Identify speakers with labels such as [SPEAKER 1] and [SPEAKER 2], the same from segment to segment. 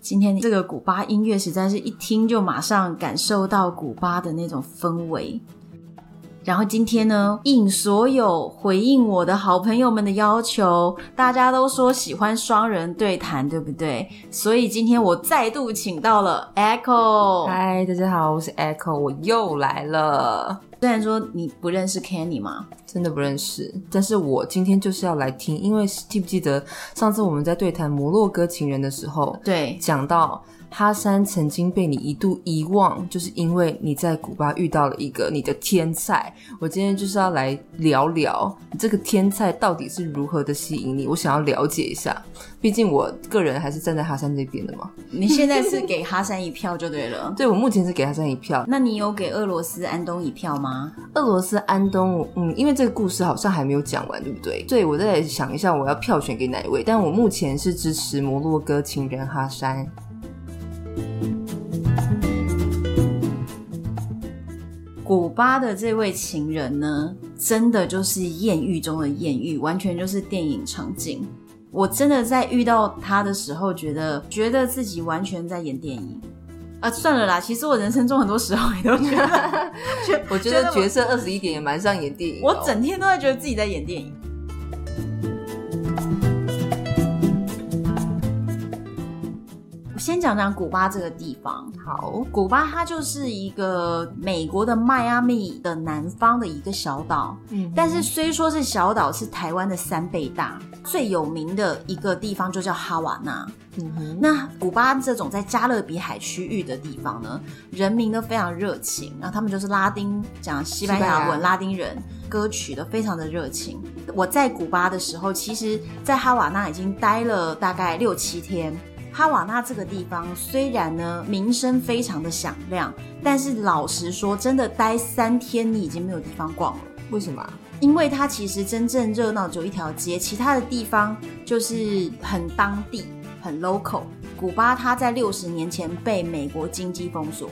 [SPEAKER 1] 今天这个古巴音乐实在是一听就马上感受到古巴的那种氛围。然后今天呢，应所有回应我的好朋友们的要求，大家都说喜欢双人对谈，对不对？所以今天我再度请到了 Echo。
[SPEAKER 2] 嗨，大家好，我是 Echo，我又来了。
[SPEAKER 1] 虽然说你不认识 Kenny 吗？
[SPEAKER 2] 真的不认识，但是我今天就是要来听，因为记不记得上次我们在对谈摩洛哥情人的时候，
[SPEAKER 1] 对，
[SPEAKER 2] 讲到哈山曾经被你一度遗忘，就是因为你在古巴遇到了一个你的天才。我今天就是要来聊聊你这个天才到底是如何的吸引你，我想要了解一下，毕竟我个人还是站在哈山这边的嘛。。
[SPEAKER 1] 你现在是给哈山一票就对了
[SPEAKER 2] 对我目前是给哈山一票，
[SPEAKER 1] 那你有给俄罗斯安东一票吗？
[SPEAKER 2] 俄罗斯安东，嗯，因为这个故事好像还没有讲完，对不对？所以我再来想一下，我要票选给哪一位？但我目前是支持摩洛哥情人哈山。
[SPEAKER 1] 古巴的这位情人呢，真的就是艳遇中的艳遇，完全就是电影场景。我真的在遇到他的时候，觉得觉得自己完全在演电影啊！算了啦，其实我人生中很多时候也都觉得， 觉
[SPEAKER 2] 我觉
[SPEAKER 1] 觉
[SPEAKER 2] 得
[SPEAKER 1] 我
[SPEAKER 2] 角色二十一点也蛮像演电影、哦
[SPEAKER 1] 我，整天都在觉得自己在演电影。我先讲讲古巴这个地方，
[SPEAKER 2] 好，
[SPEAKER 1] 古巴它就是一个美国的迈阿密的南方的一个小岛，
[SPEAKER 2] 嗯
[SPEAKER 1] 但是虽说是小岛，是台湾的三倍大。最有名的一个地方就叫哈瓦那。
[SPEAKER 2] 嗯哼，
[SPEAKER 1] 那古巴这种在加勒比海区域的地方呢，人民都非常热情，然后他们就是拉丁讲西班牙
[SPEAKER 2] 西班
[SPEAKER 1] 文、
[SPEAKER 2] 牙
[SPEAKER 1] 拉丁人，歌曲都非常的热情。我在古巴的时候，其实在哈瓦那已经待了大概六七天。哈瓦那这个地方虽然呢名声非常的响亮，但是老实说，真的待三天你已经没有地方逛了。
[SPEAKER 2] 为什么啊？
[SPEAKER 1] 因为它其实真正热闹只有一条街，其他的地方就是很当地、很 local。古巴它在六十年前被美国经济封锁，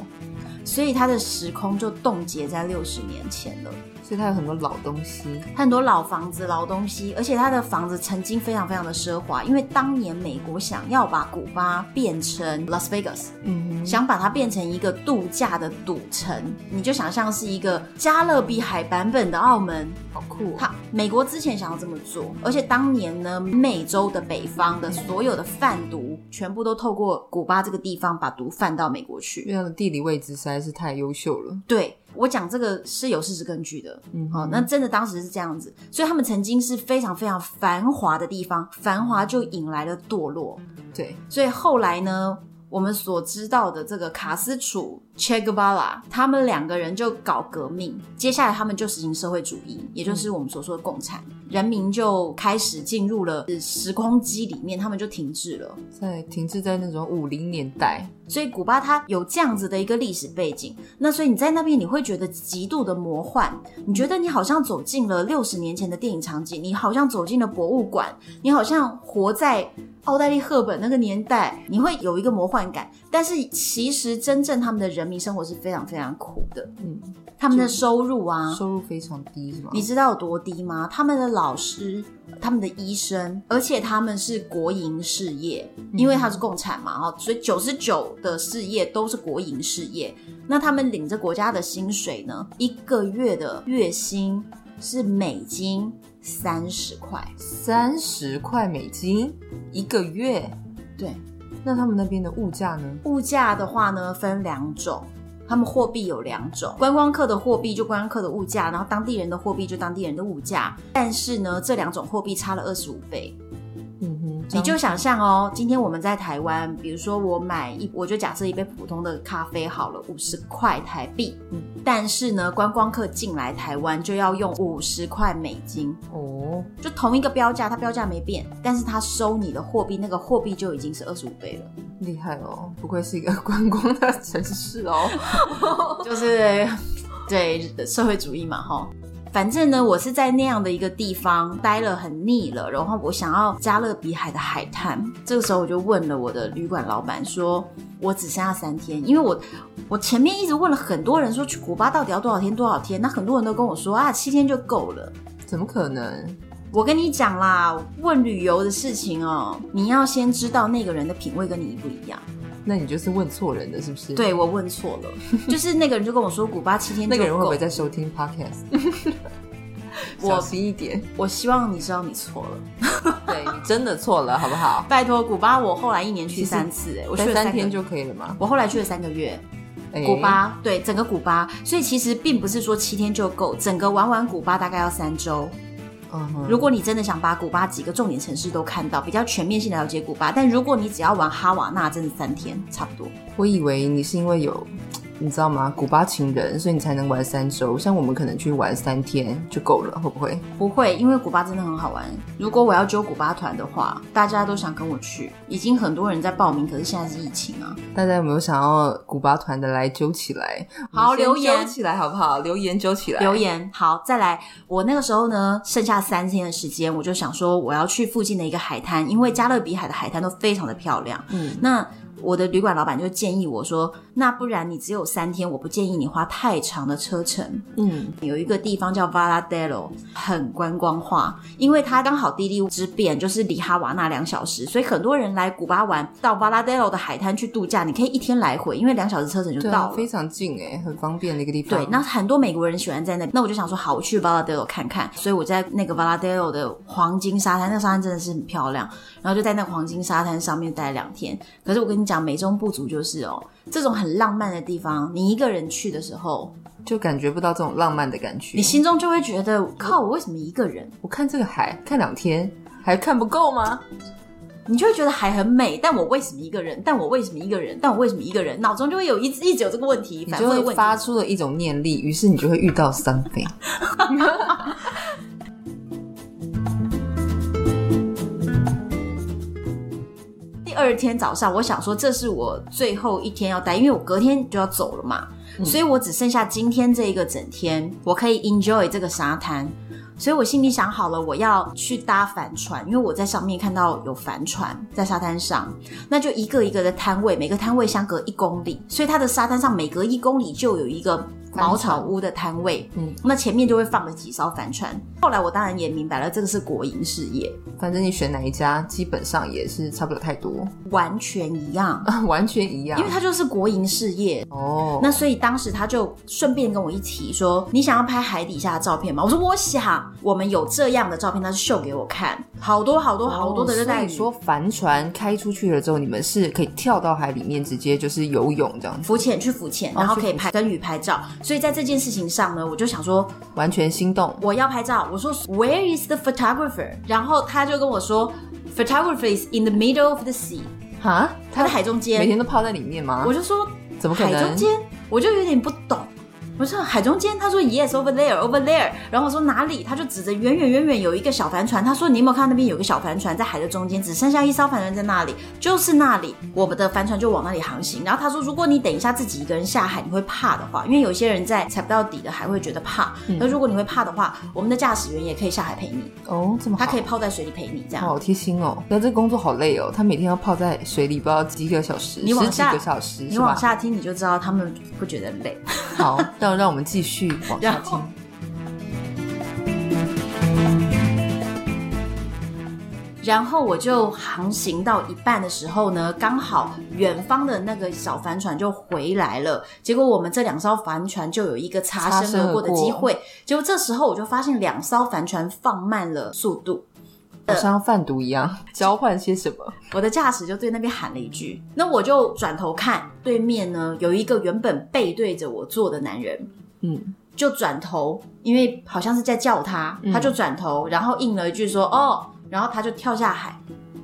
[SPEAKER 1] 所以它的时空就冻结在六十年前了。
[SPEAKER 2] 所以它有很多老东西，
[SPEAKER 1] 它很多老房子、老东西，而且它的房子曾经非常非常的奢华，因为当年美国想要把古巴变成 Las Vegas，
[SPEAKER 2] 嗯
[SPEAKER 1] 想把它变成一个度假的赌城，你就想象是一个加勒比海版本的澳门。
[SPEAKER 2] 哼，好酷、哦。
[SPEAKER 1] 他美国之前想要这么做，而且当年呢，美洲的北方的所有的贩毒，全部都透过古巴这个地方把毒贩到美国
[SPEAKER 2] 因
[SPEAKER 1] 去。
[SPEAKER 2] 为它的地理位置实在是太优秀了。
[SPEAKER 1] 对我讲这个是有事实根据的，
[SPEAKER 2] 嗯
[SPEAKER 1] 好、那真的当时是这样子，所以他们曾经是非常非常繁华的地方，繁华就引来了堕落，
[SPEAKER 2] 对，
[SPEAKER 1] 所以后来呢，我们所知道的这个卡斯楚、Che Guevara，他们两个人就搞革命，接下来他们就实行社会主义，也就是我们所说的共产，人民就开始进入了时空机里面，他们就停滞了。
[SPEAKER 2] 在停滞在那种五零年代，
[SPEAKER 1] 所以古巴它有这样子的一个历史背景，那所以你在那边你会觉得极度的魔幻，你觉得你好像走进了六十年前的电影场景，你好像走进了博物馆，你好像活在奥黛丽·赫本那个年代，你会有一个魔幻感。但是其实真正他们的人民生活是非常非常苦的，
[SPEAKER 2] 嗯，
[SPEAKER 1] 他们的收入啊，
[SPEAKER 2] 收入非常低，是吗？
[SPEAKER 1] 你知道有多低吗？他们的老师、他们的医生，而且他们是国营事业，因为它是共产嘛，哦，所以九十九的事业都是国营事业。那他们领着国家的薪水呢，一个月的月薪是美金三十块。
[SPEAKER 2] 三十块美金一个月，
[SPEAKER 1] 对，
[SPEAKER 2] 那他们那边的物价呢？
[SPEAKER 1] 物价的话呢，分两种。他们货币有两种，观光客的货币就观光客的物价，然后当地人的货币就当地人的物价。但是呢，这两种货币差了二十五倍，
[SPEAKER 2] 嗯哼，
[SPEAKER 1] 你就想象哦，今天我们在台湾，比如说我买一，我就假设一杯普通的咖啡好了，五十块台币。嗯，但是呢，观光客进来台湾就要用五十块美金，
[SPEAKER 2] 哦，
[SPEAKER 1] 就同一个标价，它标价没变，但是它收你的货币，那个货币就已经是二十五倍了。
[SPEAKER 2] 厉害哦，不愧是一个观光的城市哦。
[SPEAKER 1] 就是对社会主义嘛，哈。反正呢，我是在那样的一个地方待了很腻了，然后我想要加勒比海的海滩。这个时候我就问了我的旅馆老板说，我只剩下三天，因为我我前面一直问了很多人说去古巴到底要多少天多少天，那很多人都跟我说啊七天就够了。
[SPEAKER 2] 怎么可能？
[SPEAKER 1] 我跟你讲啦，问旅游的事情哦，你要先知道那个人的品味跟你一不一样。
[SPEAKER 2] 那你就是问错人的，是不是？，
[SPEAKER 1] 对我问错了，就是那个人就跟我说古巴七天就
[SPEAKER 2] 那
[SPEAKER 1] 够。
[SPEAKER 2] 个人会不会在收听 podcast？
[SPEAKER 1] 我
[SPEAKER 2] 小心一点，
[SPEAKER 1] 我希望你知道你错了。
[SPEAKER 2] 对你真的错了，好不 好？
[SPEAKER 1] 拜托，古巴我后来一年去三次、哎，我去
[SPEAKER 2] 待
[SPEAKER 1] 了
[SPEAKER 2] 三
[SPEAKER 1] 个
[SPEAKER 2] 天，就可以了吗？
[SPEAKER 1] 我后来去了三个月，
[SPEAKER 2] 哎
[SPEAKER 1] 古巴，对，整个古巴，所以其实并不是说七天就够，整个玩完古巴大概要三周。
[SPEAKER 2] 嗯哼
[SPEAKER 1] 如果你真的想把古巴几个重点城市都看到，比较全面性地了解古巴，但如果你只要玩哈瓦那，真的三天差不多。
[SPEAKER 2] 我以为你是因为有，你知道吗？古巴情人，所以你才能玩三周。像我们可能去玩三天就够了，会不会？
[SPEAKER 1] 不会，因为古巴真的很好玩。如果我要揪古巴团的话，大家都想跟我去，已经很多人在报名，可是现在是疫情啊。
[SPEAKER 2] 大家有没有想要古巴团的来揪起来？
[SPEAKER 1] 好
[SPEAKER 2] 我们先
[SPEAKER 1] 留言
[SPEAKER 2] 揪起来好不好？留言揪起来，
[SPEAKER 1] 留言。好，再来。我那个时候呢，剩下三天的时间，我就想说我要去附近的一个海滩，因为加勒比海的海滩都非常的漂亮。
[SPEAKER 2] 嗯，
[SPEAKER 1] 那我的旅馆老板就建议我说，那不然你只有三天，我不建议你花太长的车程。
[SPEAKER 2] 嗯，
[SPEAKER 1] 有一个地方叫 Valadero，很观光化，因为它刚好地利之便就是离哈瓦那两小时，所以很多人来古巴玩，到 Valadero 的海滩去度假，你可以一天来回，因为两小时车程就
[SPEAKER 2] 对
[SPEAKER 1] 到
[SPEAKER 2] 啊
[SPEAKER 1] 了，。
[SPEAKER 2] 非常近哎、很方便的一个地方。
[SPEAKER 1] 对，那很多美国人喜欢在那里，那我就想说，好，我去 Valadero 看看。所以我在那个 Valadero 的黄金沙滩，那沙滩真的是很漂亮，然后就在那个黄金沙滩上面待了两天。可是我跟你讲，美中不足就是哦，这种很浪漫的地方，你一个人去的时候，
[SPEAKER 2] 就感觉不到这种浪漫的感觉
[SPEAKER 1] 你。心中就会觉得，靠，我为什么一个人？
[SPEAKER 2] 我看这个海看两天还看不够吗？
[SPEAKER 1] 你就会觉得海很美，但我为什么一个人？但我为什么一个人？但我为什么一个人？脑中就会有一直一直有这个问题，
[SPEAKER 2] 你
[SPEAKER 1] 反
[SPEAKER 2] 就
[SPEAKER 1] 复的
[SPEAKER 2] 会
[SPEAKER 1] 问题。
[SPEAKER 2] 发出了一种念力，于是你就会遇到 something。
[SPEAKER 1] 第二天早上，我想说这是我最后一天要待，因为我隔天就要走了嘛，所以我只剩下今天这一个整天，我可以 enjoy 这个沙滩。所以我心里想好了，我要去搭帆船，因为我在上面看到有帆船在沙滩上，那就一个一个的摊位，每个摊位相隔一公里，所以它的沙滩上每隔一公里就有一个茅草屋的摊位，
[SPEAKER 2] 嗯
[SPEAKER 1] 嗯，那前面就会放了几艘帆船。后来我当然也明白了，这个是国营事业，
[SPEAKER 2] 反正你选哪一家，基本上也是差不了太多，
[SPEAKER 1] 完全一样，
[SPEAKER 2] 完全一样
[SPEAKER 1] 因为。它就是国营事业，
[SPEAKER 2] 哦，
[SPEAKER 1] 那所以当时他就顺便跟我一提说：“你想要拍海底下的照片吗？”我说：“我想，我们有这样的照片，他就秀给我看，好多好多好多的热带
[SPEAKER 2] 哦
[SPEAKER 1] 鱼。
[SPEAKER 2] 所以说帆船开出去了之后，你们是可以跳到海里面，直接就是游泳这样子，
[SPEAKER 1] 浮潜哦去浮潜，然后可以拍跟鱼拍照，所以在这件事情上呢，我就想说
[SPEAKER 2] 完全心动。
[SPEAKER 1] 我要拍照，我说 Where is the photographer？然后他就跟我说 Photographer is in the middle of the sea，
[SPEAKER 2] 哈，
[SPEAKER 1] 他在海中
[SPEAKER 2] 每
[SPEAKER 1] 间。
[SPEAKER 2] 天都泡在里面吗
[SPEAKER 1] 我？就说
[SPEAKER 2] 怎么可
[SPEAKER 1] 海
[SPEAKER 2] 能
[SPEAKER 1] 中？间，我就有点不懂。我说海中间，他说 yes over there over there，然后我说哪里，他就指着远远远远有一个小帆船，他说你有没有看到那边有个小帆船在海的中间，只剩下一艘帆船在那里，就是那里，我们的帆船就往那里航行。然后他说，如果你等一下自己一个人下海，你会怕的话，因为有些人在踩不到底的海会觉得怕，
[SPEAKER 2] 嗯
[SPEAKER 1] 那、如果你会怕的话，我们的驾驶员也可以下海陪你，
[SPEAKER 2] 哦，这么好
[SPEAKER 1] 他可以泡在水里陪你这样。
[SPEAKER 2] 好贴心哦。那这工作好累哦，他每天要泡在水里不知道几个小时，
[SPEAKER 1] 你往
[SPEAKER 2] 十几
[SPEAKER 1] 下
[SPEAKER 2] 个小时，
[SPEAKER 1] 你
[SPEAKER 2] 是吧
[SPEAKER 1] 往下听你就知道他们会觉得累。
[SPEAKER 2] 好，让让我们继续往下
[SPEAKER 1] 然后
[SPEAKER 2] 听。
[SPEAKER 1] 然后我就航行到一半的时候呢，刚好远方的那个小帆船就回来了。结果我们这两艘帆船就有一个擦身而过的机会。结果这时候我就发现两艘帆船放慢了速度，
[SPEAKER 2] 好像贩毒一样，交换些什么？
[SPEAKER 1] 我的驾驶就对那边喊了一句。那我就转头看对面呢，有一个原本背对着我坐的男人，
[SPEAKER 2] 嗯，
[SPEAKER 1] 就转头，因为好像是在叫他
[SPEAKER 2] 嗯，
[SPEAKER 1] 他就转头，然后应了一句说“哦”，然后他就跳下海。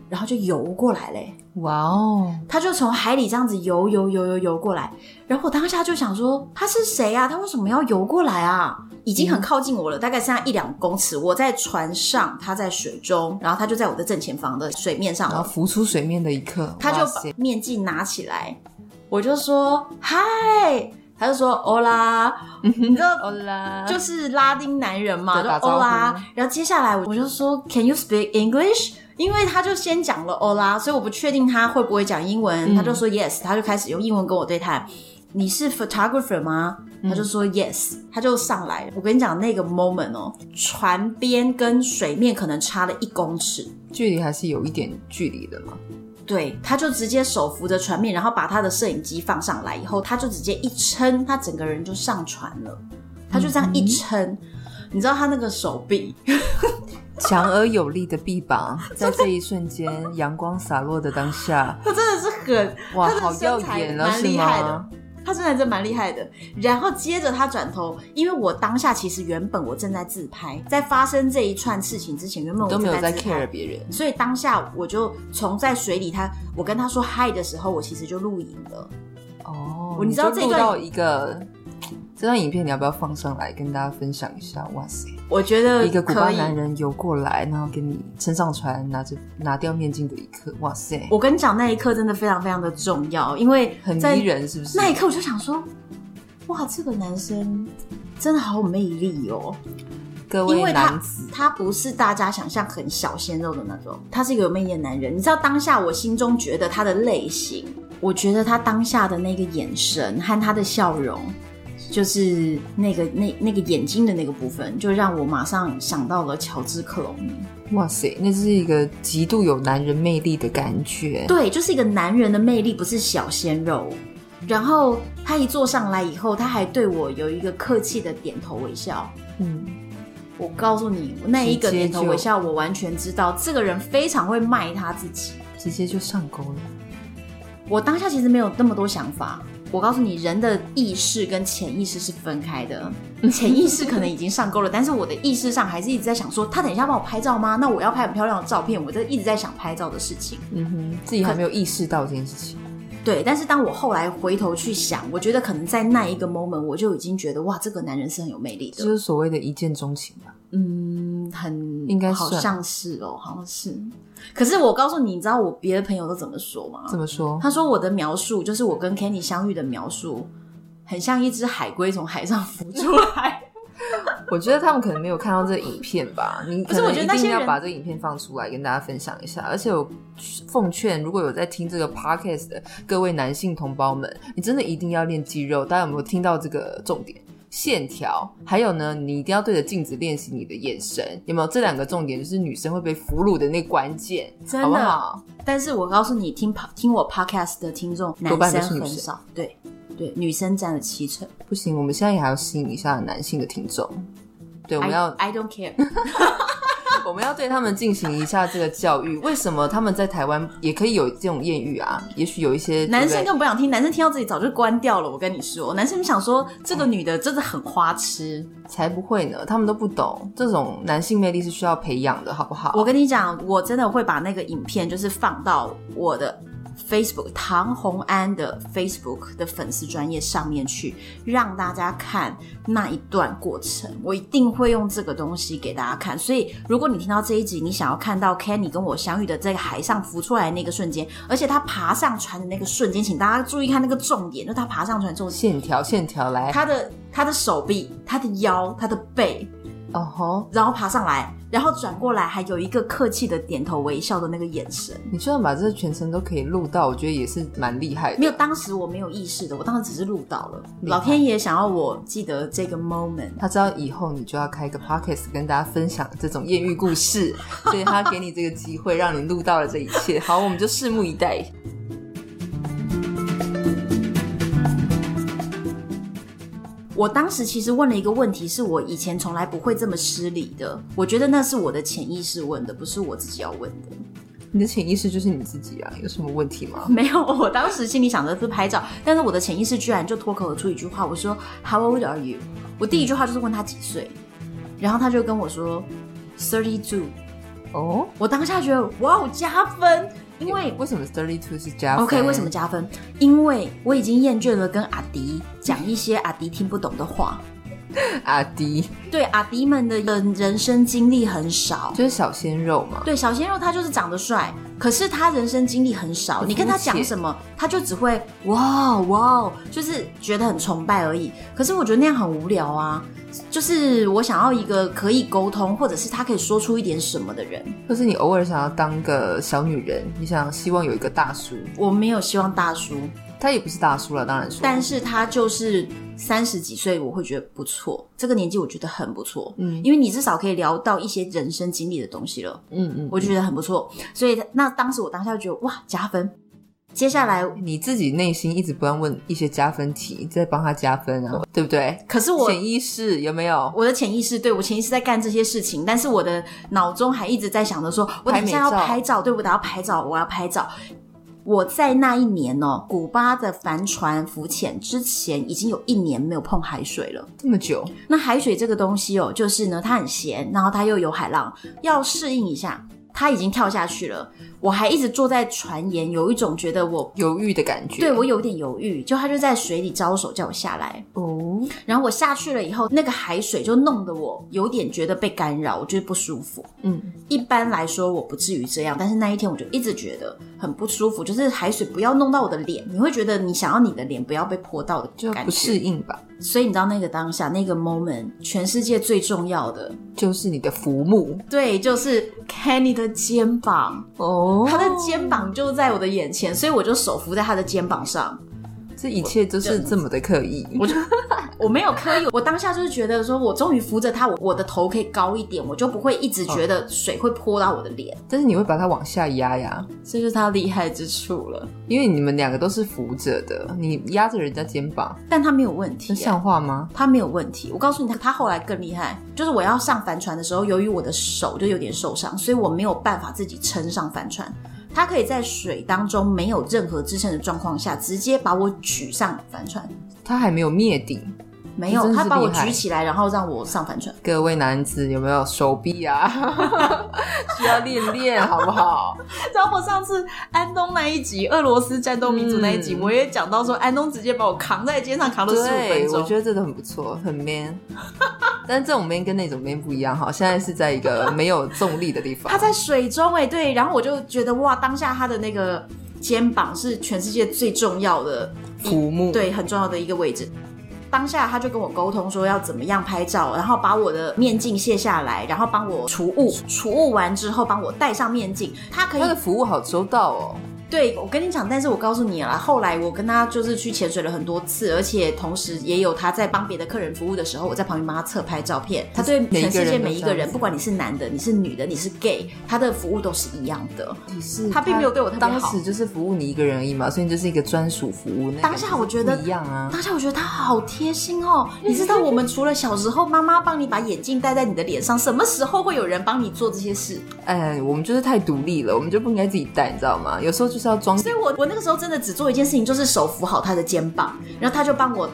[SPEAKER 1] 然后就游过来嘞、
[SPEAKER 2] 哇哦，
[SPEAKER 1] 他就从海里这样子游游游游游过来，然后我当下就想说他是谁啊？他为什么要游过来啊？已经很靠近我了，大概剩下一两公尺，我在船上，他在水中，然后他就在我的正前方的水面上
[SPEAKER 2] 然后
[SPEAKER 1] 了，
[SPEAKER 2] 浮出水面的一刻，
[SPEAKER 1] 他就
[SPEAKER 2] 哇
[SPEAKER 1] 把
[SPEAKER 2] 塞
[SPEAKER 1] 面镜拿起来，我就说嗨，他就说欧啦，你知道
[SPEAKER 2] 哦啦，
[SPEAKER 1] 就是拉丁男人嘛，
[SPEAKER 2] 对
[SPEAKER 1] 就
[SPEAKER 2] 打招呼
[SPEAKER 1] 欧啦。然后接下来我就说 Can you speak English？因为他就先讲了欧啦，所以我不确定他会不会讲英
[SPEAKER 2] 嗯
[SPEAKER 1] 文。他就说 Yes，他就开始用英文跟我对谈。你是 photographer 吗？
[SPEAKER 2] 嗯
[SPEAKER 1] 他就说 Yes，他就上来了。我跟你讲那个 moment 哦，船边跟水面可能差了一公尺。
[SPEAKER 2] 距离还是有一点距离的嘛。
[SPEAKER 1] 对，他就直接手扶着船面，然后把他的摄影机放上来以后，他就直接一撑，他整个人就上船了。他就这样一
[SPEAKER 2] 嗯
[SPEAKER 1] 撑，你知道他那个手臂，
[SPEAKER 2] 强而有力的臂膀，在这一瞬间，阳光洒落的当下，
[SPEAKER 1] 他真的是很，
[SPEAKER 2] 哇，
[SPEAKER 1] 他
[SPEAKER 2] 好
[SPEAKER 1] 的
[SPEAKER 2] 耀
[SPEAKER 1] 身材
[SPEAKER 2] 眼啊，
[SPEAKER 1] 蛮
[SPEAKER 2] 是
[SPEAKER 1] 厉害的
[SPEAKER 2] 吗？。
[SPEAKER 1] 他身材真的蛮厉害的。然后接着他转头，因为我当下其实原本我正在自拍，在发生这一串事情之前，原本我
[SPEAKER 2] 都没有
[SPEAKER 1] 正
[SPEAKER 2] 在
[SPEAKER 1] 自拍
[SPEAKER 2] care 别人，
[SPEAKER 1] 所以当下我就从在水里他，我跟他说嗨的时候，我其实就录影了。
[SPEAKER 2] 哦，
[SPEAKER 1] 我你知道
[SPEAKER 2] 就
[SPEAKER 1] 这
[SPEAKER 2] 录
[SPEAKER 1] 段
[SPEAKER 2] 到一个这段影片，你要不要放上来跟大家分享一下？哇塞，
[SPEAKER 1] 我觉得
[SPEAKER 2] 一个古巴
[SPEAKER 1] 可以
[SPEAKER 2] 男人游过来，然后给你撑上船，拿着拿掉面镜的一刻，哇塞，
[SPEAKER 1] 我跟你讲，那一刻真的非常非常的重要，因为
[SPEAKER 2] 很
[SPEAKER 1] 在
[SPEAKER 2] 迷人，是不是？
[SPEAKER 1] 那一刻我就想说，哇，这个男生真的好有魅力哦，
[SPEAKER 2] 各
[SPEAKER 1] 因
[SPEAKER 2] 位
[SPEAKER 1] 为
[SPEAKER 2] 男
[SPEAKER 1] 他
[SPEAKER 2] 子，
[SPEAKER 1] 他不是大家想象很小鲜肉的那种，他是一个有魅力的男人。你知道当下我心中觉得他的类型，我觉得他当下的那个眼神和他的笑容。就是那个那那个眼睛的那个部分，就让我马上想到了乔治克隆尼。
[SPEAKER 2] 哇塞，那是一个极度有男人魅力的感觉。
[SPEAKER 1] 对，就是一个男人的魅力，不是小鲜肉。然后他一坐上来以后，他还对我有一个客气的点头微笑。
[SPEAKER 2] 嗯，
[SPEAKER 1] 我告诉你，那一个
[SPEAKER 2] 直接
[SPEAKER 1] 点头
[SPEAKER 2] 就
[SPEAKER 1] 微笑，我完全知道这个人非常会卖他自己。
[SPEAKER 2] 直接就上钩了。
[SPEAKER 1] 我当下其实没有那么多想法。我告诉你，人的意识跟潜意识是分开 的。潜意识可能已经上钩了，但是我的意识上还是一直在想说，他等一下帮我拍照吗？那我要拍很漂亮的照片，我这一直在想拍照的事情。
[SPEAKER 2] 嗯哼，自己还没有意识到这件事情。
[SPEAKER 1] 对，但是当我后来回头去想，我觉得可能在那一个 moment，我就已经觉得哇，这个男人是很有魅力
[SPEAKER 2] 这
[SPEAKER 1] 的
[SPEAKER 2] 就。是所谓的一见钟情啊吧。
[SPEAKER 1] 嗯，很
[SPEAKER 2] 应该
[SPEAKER 1] 好
[SPEAKER 2] 算
[SPEAKER 1] 像是哦，好像是。可是我告诉你，你知道我别的朋友都怎么说吗？
[SPEAKER 2] 这么说，
[SPEAKER 1] 他说我的描述就是我跟 Kenny 相遇的描述，很像一只海龟从海上浮出 来。
[SPEAKER 2] 我觉得他们可能没有看到这影片吧。你
[SPEAKER 1] 不
[SPEAKER 2] 可
[SPEAKER 1] 是我
[SPEAKER 2] 能
[SPEAKER 1] 觉得
[SPEAKER 2] 一
[SPEAKER 1] 那些
[SPEAKER 2] 定
[SPEAKER 1] 人
[SPEAKER 2] 要把这影片放出来跟大家分享一下。而且我奉劝，如果有在听这个 podcast 的各位男性同胞们，你真的一定要练肌肉。大家有没有听到这个重点？线条，还有呢，你一定要对着镜子练习你的眼神，有没有？这两个重点就是女生会被俘虏的那关键，
[SPEAKER 1] 真的
[SPEAKER 2] 好不好？
[SPEAKER 1] 但是我告诉你，听 po- 听我 podcast 的听众，男
[SPEAKER 2] 多半都是
[SPEAKER 1] 生
[SPEAKER 2] 女
[SPEAKER 1] 很
[SPEAKER 2] 生
[SPEAKER 1] 少，对对，女生占了七成。
[SPEAKER 2] 不行，我们现在也还要吸引一下男性的听众。对，我们要
[SPEAKER 1] I, I don't care。
[SPEAKER 2] 我们要对他们进行一下这个教育。为什么他们在台湾也可以有这种艳遇啊？也许有一些
[SPEAKER 1] 男生
[SPEAKER 2] 对不对
[SPEAKER 1] 根本不想听，男生听到这里早就关掉了。我跟你说，男生想说这个女的真的很花痴。
[SPEAKER 2] 才不会呢，他们都不懂这种男性魅力是需要培养的，好不好？
[SPEAKER 1] 我跟你讲，我真的会把那个影片就是放到我的 Facebook 唐红安的 Facebook 的粉丝专业上面去，让大家看那一段过程。我一定会用这个东西给大家看。所以，如果你听到这一集，你想要看到 Kenny 跟我相遇的在海上浮出来的那个瞬间，而且他爬上船的那个瞬间，请大家注意看那个重点，就是他爬上船之后
[SPEAKER 2] 线条线条来，
[SPEAKER 1] 他的他的手臂、他的腰、他的背，
[SPEAKER 2] 哦吼，
[SPEAKER 1] 然后爬上来，然后转过来，还有一个客气的点头微笑的那个眼神。
[SPEAKER 2] 你居然把这全程都可以录到，我觉得也是蛮厉害的。
[SPEAKER 1] 没有，当时我没有意识的，我当时只是录到了。
[SPEAKER 2] 厉害
[SPEAKER 1] 老天爷想要我记得这个 moment，
[SPEAKER 2] 他知道以后你就要开一个 podcast 跟大家分享这种艳遇故 事，所以他给你这个机会，让你录到了这一切。好，我们就拭目以待。
[SPEAKER 1] 我当时其实问了一个问题，是我以前从来不会这么失礼的。我觉得那是我的潜意识问的，不是我自己要问的。
[SPEAKER 2] 你的潜意识就是你自己啊，有什么问题吗？
[SPEAKER 1] 没有，我当时心里想的是拍照，但是我的潜意识居然就脱口而出一句话，我说 How old are you？我第一句话就是问他几岁，然后他就跟我说 Thirty two。
[SPEAKER 2] 哦，
[SPEAKER 1] 我当下觉得哇，哦，加分，因为
[SPEAKER 2] 为什么 thirty two 是加分
[SPEAKER 1] OK 为什么加分？因为我已经厌倦了跟阿迪讲一些阿迪听不懂的话。
[SPEAKER 2] 阿迪
[SPEAKER 1] 对阿迪们的人人生经历很少，
[SPEAKER 2] 就是小鲜肉嘛？
[SPEAKER 1] 对小鲜肉他就是长得帅，可是他人生经历很少。
[SPEAKER 2] 很
[SPEAKER 1] 你跟他
[SPEAKER 2] 肤浅
[SPEAKER 1] 讲什么，他就只会哇哇哦，就是觉得很崇拜而已。可是我觉得那样很无聊啊，就是我想要一个可以沟通，或者是他可以说出一点什么的人。
[SPEAKER 2] 就是你偶尔想要当个小女人，你想希望有一个大叔，
[SPEAKER 1] 我没有希望大叔，
[SPEAKER 2] 他也不是大叔了，当然说，
[SPEAKER 1] 但是他就是三十几岁，我会觉得不错。这个年纪我觉得很不错，
[SPEAKER 2] 嗯
[SPEAKER 1] 因为你至少可以聊到一些人生经历的东西了，
[SPEAKER 2] 嗯嗯，
[SPEAKER 1] 我就觉得很不错。所以那当时我当下就觉得哇加分。接下来，
[SPEAKER 2] 你自己内心一直不断问一些加分题，在帮他加分啊，对不对？
[SPEAKER 1] 可是我
[SPEAKER 2] 潜意识有没有？
[SPEAKER 1] 我的潜意识对我潜意识在干这些事情，但是我的脑中还一直在想着说，我等一下要
[SPEAKER 2] 拍美照
[SPEAKER 1] 拍照，对我等一下要拍照，我要拍照。我在那一年哦，古巴的帆船浮潜之前已经有一年没有碰海水了。
[SPEAKER 2] 这么久，
[SPEAKER 1] 那海水这个东西哦，就是呢，它很咸，然后它又有海浪，要适应一下。他已经跳下去了，我还一直坐在船沿，有一种觉得我
[SPEAKER 2] 犹豫的感觉。
[SPEAKER 1] 对我有点犹豫，就他就在水里招手叫我下来，
[SPEAKER 2] 哦，
[SPEAKER 1] 然后我下去了以后，那个海水就弄得我有点觉得被干扰，我觉得不舒服。
[SPEAKER 2] 嗯，
[SPEAKER 1] 一般来说我不至于这样，但是那一天我就一直觉得很不舒服，就是海水不要弄到我的脸，你会觉得你想要你的脸不要被泼到的
[SPEAKER 2] 就
[SPEAKER 1] 感
[SPEAKER 2] 不适
[SPEAKER 1] 觉。
[SPEAKER 2] 应吧，
[SPEAKER 1] 所以你知道那个当下那个 moment，全世界最重要的
[SPEAKER 2] 就是你的浮木
[SPEAKER 1] 对，就是 Kenny 的肩膀，
[SPEAKER 2] 哦
[SPEAKER 1] 他的肩膀就在我的眼前，所以我就手扶在他的肩膀上。
[SPEAKER 2] 这一切都是这么的刻意。我
[SPEAKER 1] 我没有刻意，我当下就是觉得说，我终于扶着他，我我的头可以高一点，我就不会一直觉得水会泼到我的脸，
[SPEAKER 2] 但是你会把它往下压呀，
[SPEAKER 1] 哦这就是他厉害之处了。
[SPEAKER 2] 因为你们两个都是扶着的，你压着人家肩膀，
[SPEAKER 1] 但他没有问题啊
[SPEAKER 2] 这、像话吗？
[SPEAKER 1] 他没有问题。我告诉你，他后来更厉害，就是我要上帆船的时候，由于我的手就有点受伤，所以我没有办法自己撑上帆船。他可以在水当中没有任何支撑的状况下，直接把我举上帆船。
[SPEAKER 2] 他还没有灭顶。
[SPEAKER 1] 没有
[SPEAKER 2] 真，是
[SPEAKER 1] 他把我
[SPEAKER 2] 厉害
[SPEAKER 1] 举起来，然后让我上 帆船。
[SPEAKER 2] 各位男子有没有手臂啊？ 需要练练，好不好？
[SPEAKER 1] 然后我上次安东那一集，俄罗斯战斗民族那一集，
[SPEAKER 2] 嗯
[SPEAKER 1] 我也讲到说，安东直接把我扛在肩上，扛了十五分
[SPEAKER 2] 对，我
[SPEAKER 1] 钟。
[SPEAKER 2] 觉得这个很不错，很 man。但这种 man 跟那种 man 不一样哈，现在是在一个没有重力的地方。
[SPEAKER 1] 他在水中哎、对，然后我就觉得哇，当下他的那个肩膀是全世界最重要的一
[SPEAKER 2] 浮木，，
[SPEAKER 1] 对，很重要的一个位置。当下他就跟我沟通说要怎么样拍照，然后把我的面镜卸下来，然后帮我除雾，除雾完之后帮我戴上面镜。他可以
[SPEAKER 2] 他的服务好周到哦。
[SPEAKER 1] 对，我跟你讲，但是我告诉你啦，后来我跟他就是去潜水了很多次，而且同时也有他在帮别的客人服务的时候，我在旁边帮他侧拍照片。他对
[SPEAKER 2] 每一
[SPEAKER 1] 全
[SPEAKER 2] 个
[SPEAKER 1] 世界
[SPEAKER 2] 人都
[SPEAKER 1] 每一
[SPEAKER 2] 这
[SPEAKER 1] 个
[SPEAKER 2] 样
[SPEAKER 1] 人，
[SPEAKER 2] 子
[SPEAKER 1] 不管你是男的，你是女的，你是 gay，他的服务都是一样的。
[SPEAKER 2] 你是
[SPEAKER 1] 他并没有对我特别好
[SPEAKER 2] 当时就是服务你一个人而已嘛，所以你就是一个专属服务。那个
[SPEAKER 1] 当下我觉得
[SPEAKER 2] 不一样啊，
[SPEAKER 1] 当下我觉得他好贴心哦，你知道我们除了小时候妈妈帮你把眼镜戴在你的脸上，什么时候会有人帮你做这些事？
[SPEAKER 2] 哎，我们就是太独立了，我们就不应该自己带，你知道吗？有时候就是要装
[SPEAKER 1] 所以我我那个时候真的只做一件事情，就是手扶好他的肩膀，然后他就帮我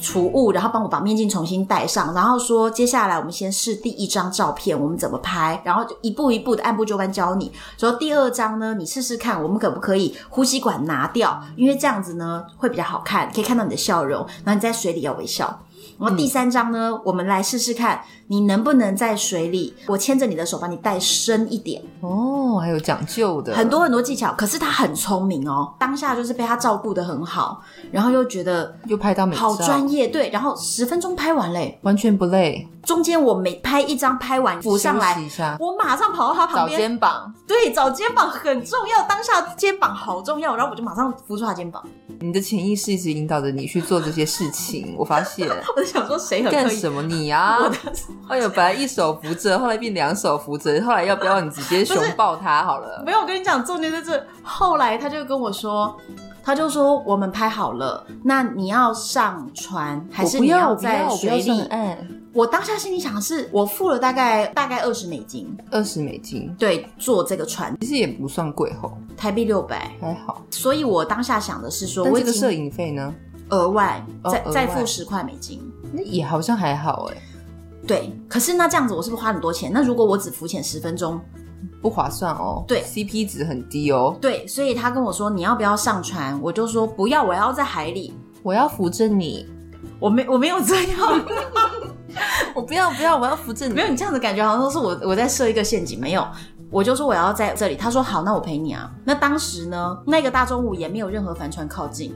[SPEAKER 1] 除雾，然后帮我把面镜重新戴上，然后说接下来我们先试第一张照片，我们怎么拍，然后就一步一步的按部就班教你。说第二张呢，你试试看，我们可不可以呼吸管拿掉，因为这样子呢会比较好看，可以看到你的笑容，然后你在水里要微笑。然后第三张呢，我们来试试看，你能不能在水里，我牵着你的手把你带深一点，
[SPEAKER 2] 哦，还有讲究的，
[SPEAKER 1] 很多很多技巧，可是他很聪明哦，当下就是被他照顾的很好，然后又觉得
[SPEAKER 2] 又拍到美照，
[SPEAKER 1] 好专业，对，然后十分钟拍完嘞，
[SPEAKER 2] 完全不累，
[SPEAKER 1] 中间我每拍一张拍完浮上
[SPEAKER 2] 休息
[SPEAKER 1] 来
[SPEAKER 2] 一下，
[SPEAKER 1] 我马上跑到他旁
[SPEAKER 2] 找
[SPEAKER 1] 边，
[SPEAKER 2] 肩膀。
[SPEAKER 1] 对，找肩膀很重要，当下肩膀好重要，然后我就马上扶住他肩膀，
[SPEAKER 2] 你的潜意识一直引导着你去做这些事情， 我发现。
[SPEAKER 1] 我就想说谁很
[SPEAKER 2] 干
[SPEAKER 1] 刻意。
[SPEAKER 2] 什么你啊
[SPEAKER 1] 我的？
[SPEAKER 2] 哎呦，本来一手扶着，后来变两手扶着，后来要不要你直接熊抱他好了？
[SPEAKER 1] 没有，我跟你讲，重点在这。后来他就跟我说，他就说我们拍好了，那你要上船还是
[SPEAKER 2] 我不
[SPEAKER 1] 你
[SPEAKER 2] 要，我不
[SPEAKER 1] 在
[SPEAKER 2] 要，我不要
[SPEAKER 1] 水
[SPEAKER 2] 上
[SPEAKER 1] 里？
[SPEAKER 2] 岸。
[SPEAKER 1] 我当下心里想的是，我付了大概大概二十美金，
[SPEAKER 2] 二十美金，
[SPEAKER 1] 对，坐这个船
[SPEAKER 2] 其实也不算贵吼，
[SPEAKER 1] 台币六百，
[SPEAKER 2] 还好。
[SPEAKER 1] 所以我当下想的是说，
[SPEAKER 2] 但
[SPEAKER 1] 我
[SPEAKER 2] 这
[SPEAKER 1] 已
[SPEAKER 2] 个摄
[SPEAKER 1] 经
[SPEAKER 2] 影费呢，
[SPEAKER 1] 额外
[SPEAKER 2] 哦
[SPEAKER 1] 再
[SPEAKER 2] 额外
[SPEAKER 1] 再付十块美金。
[SPEAKER 2] 那也好像还好哎。
[SPEAKER 1] 对，可是那这样子我是不是花很多钱？那如果我只浮潜十分钟，
[SPEAKER 2] 不划算哦。
[SPEAKER 1] 对
[SPEAKER 2] ，CP 值很低哦。
[SPEAKER 1] 对，所以他跟我说你要不要上船，我就说不要，我要在海里。
[SPEAKER 2] 我要扶 着你，
[SPEAKER 1] 我没我没有这样，
[SPEAKER 2] 我不要不要，我要扶着你
[SPEAKER 1] 没。有你这样子感觉好像都是我我在设一个陷阱，没有。我就说我要在这里，他说好，那我陪你啊。那当时呢，那个大中午也没有任何帆船靠近，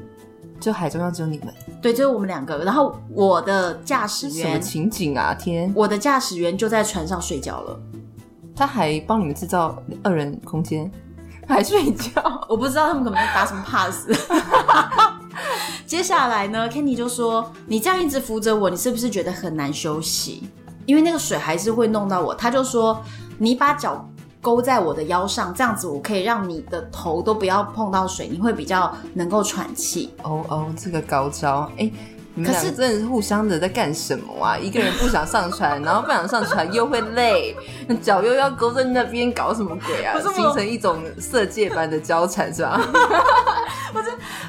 [SPEAKER 2] 就海中央只有你们，
[SPEAKER 1] 对，只有我们两个。然后我的驾驶
[SPEAKER 2] 什么
[SPEAKER 1] 员，
[SPEAKER 2] 情景啊？天，
[SPEAKER 1] 我的驾驶员就在船上睡觉了。
[SPEAKER 2] 他还帮你们制造二人空间，还睡觉。
[SPEAKER 1] 我不知道他们可能打什么 pass。接下来呢，Kenny 就说：“你这样一直扶着我，你是不是觉得很难休息？因为那个水还是会弄到我。”他就说：“你把脚勾在我的腰上，这样子我可以让你的头都不要碰到水，你会比较能够喘气。
[SPEAKER 2] 哦哦，这个高招，哎。你们
[SPEAKER 1] 可
[SPEAKER 2] 俩
[SPEAKER 1] 是
[SPEAKER 2] 真的是互相的在干什么啊？一个人不想上船，然后不想上船又会累，脚又要勾在那边，搞什么鬼啊？
[SPEAKER 1] 可是我
[SPEAKER 2] 形成一种色戒般的交缠是吧？”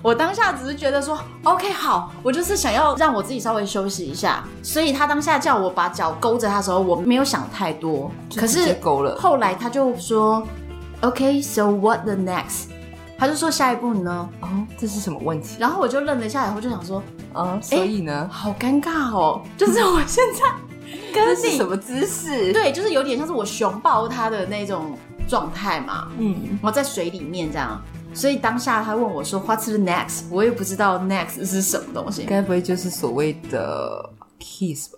[SPEAKER 1] 我当下只是觉得说：“OK，好，我就是想要让我自己稍微休息一下。”所以他当下叫我把脚勾着他的时候，我没有想太多。可
[SPEAKER 2] 就直接
[SPEAKER 1] 是
[SPEAKER 2] 勾了，
[SPEAKER 1] 后来他就说，OK，so、what the next？他就说下一步呢？
[SPEAKER 2] 哦，这是什么问题
[SPEAKER 1] 然后我就愣了一下，然后就想说，
[SPEAKER 2] 啊？所以呢，
[SPEAKER 1] 好尴尬哦，就是我现 在跟
[SPEAKER 2] 这是什
[SPEAKER 1] 你
[SPEAKER 2] 么姿势？
[SPEAKER 1] 对，就是有点像是我熊抱他的那种状态嘛，
[SPEAKER 2] 嗯，
[SPEAKER 1] 然后在水里面这样。所以当下他问我说 What's the next？我也不知道 next 是什么东西。
[SPEAKER 2] 该不会就是所谓的 kiss 吧？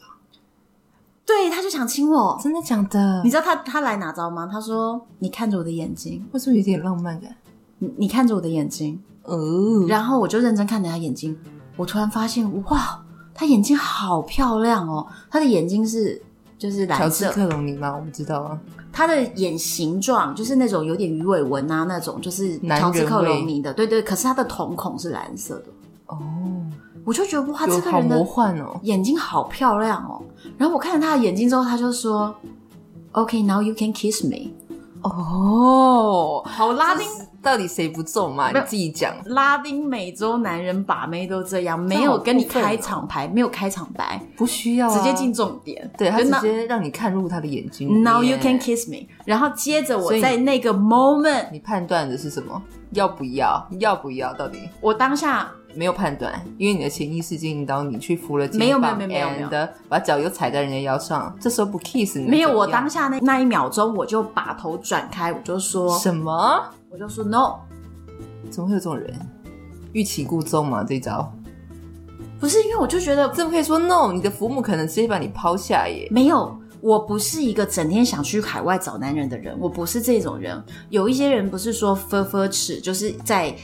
[SPEAKER 1] 对，他就想亲我。
[SPEAKER 2] 真的假的
[SPEAKER 1] 你？知道他他来哪招吗？他说你看着我的眼睛，
[SPEAKER 2] 为什么有点浪漫感？
[SPEAKER 1] 你你看着我的眼睛，
[SPEAKER 2] 哦，
[SPEAKER 1] 然后我就认真看着她眼睛，我突然发现，哇，她眼睛好漂亮哦！她的眼睛是就是
[SPEAKER 2] 乔
[SPEAKER 1] 蓝
[SPEAKER 2] 治
[SPEAKER 1] 色，
[SPEAKER 2] 克隆尼吗？我不知道啊。
[SPEAKER 1] 她的眼形状就是那种有点鱼尾纹啊那种，就是
[SPEAKER 2] 男
[SPEAKER 1] 乔治
[SPEAKER 2] 人
[SPEAKER 1] 克
[SPEAKER 2] 味
[SPEAKER 1] 隆尼的，对对。可是她的瞳孔是蓝色的，
[SPEAKER 2] 哦，
[SPEAKER 1] 我就觉得哇，
[SPEAKER 2] 有
[SPEAKER 1] 这个
[SPEAKER 2] 好
[SPEAKER 1] 人
[SPEAKER 2] 魔
[SPEAKER 1] 的
[SPEAKER 2] 幻哦。
[SPEAKER 1] 眼睛好漂亮哦。然后我看了她的眼睛之后，她就说：“OK，now、you can kiss me。
[SPEAKER 2] 哦”，
[SPEAKER 1] 好拉丁。
[SPEAKER 2] 到底谁不中嘛？
[SPEAKER 1] 没
[SPEAKER 2] 你
[SPEAKER 1] 有
[SPEAKER 2] 自己讲。
[SPEAKER 1] 拉丁美洲男人把妹都这样，没
[SPEAKER 2] 这好
[SPEAKER 1] 有跟你
[SPEAKER 2] 过分哦
[SPEAKER 1] 开场白，没有开场白，
[SPEAKER 2] 不需要啊
[SPEAKER 1] 直接进，重点。
[SPEAKER 2] 对他
[SPEAKER 1] 就
[SPEAKER 2] 直
[SPEAKER 1] 那
[SPEAKER 2] 接让你看入他的眼睛里面。
[SPEAKER 1] Now you can kiss me。然后接着我
[SPEAKER 2] 嗯所以
[SPEAKER 1] 在那个 moment，
[SPEAKER 2] 你判断的是什么？要不要？要不要？到底
[SPEAKER 1] 我当下
[SPEAKER 2] 没有判断，因为你的潜意识已经引导你去扶了肩膀
[SPEAKER 1] 没有没有没有没有没有
[SPEAKER 2] and 把脚又踩在人家腰上，这时候不 kiss 你
[SPEAKER 1] 没有，
[SPEAKER 2] 怎么
[SPEAKER 1] 我
[SPEAKER 2] 样
[SPEAKER 1] 当下那那一秒钟，我就把头转开，我就说，
[SPEAKER 2] 什么？
[SPEAKER 1] 我就说 no，
[SPEAKER 2] 怎么会有这种人？欲擒故纵嘛，这一招
[SPEAKER 1] 不是因为我就觉得
[SPEAKER 2] 这么可以说 no？你的父母可能直接把你抛下耶。
[SPEAKER 1] 没有。我不是一个整天想去海外找男人的人，我不是这种人。有一些人不是说 f f 尺，就是在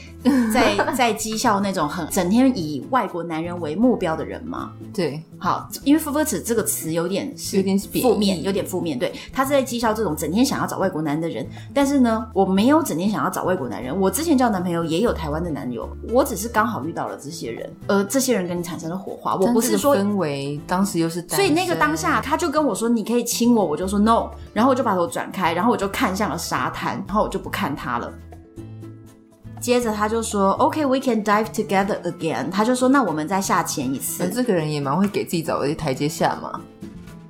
[SPEAKER 1] 在 在绩效那种很整天以外国男人为目标的人吗？
[SPEAKER 2] 对，
[SPEAKER 1] 好，因为 f f 尺这个词有点是
[SPEAKER 2] 有点贬义
[SPEAKER 1] 负面，有点负面。对，他是在讥笑这种整天想要找外国男的人，但是呢，我没有整天想要找外国男人。我之前交的男朋友也有台湾的男友，我只是刚好遇到了这些人，而这些人跟你产生了火花。我不是说
[SPEAKER 2] 但这，个氛围，当时又是单
[SPEAKER 1] 所
[SPEAKER 2] 身
[SPEAKER 1] 以那个当下他就跟我说你可以亲我，我就说 no，然后我就把头转开，然后我就看向了沙滩，然后我就不看他了。接着他就说，OK，we、can dive together again。他就说，那我们再下潜一次
[SPEAKER 2] 呃。这个人也蛮会给自己找一些台阶下嘛。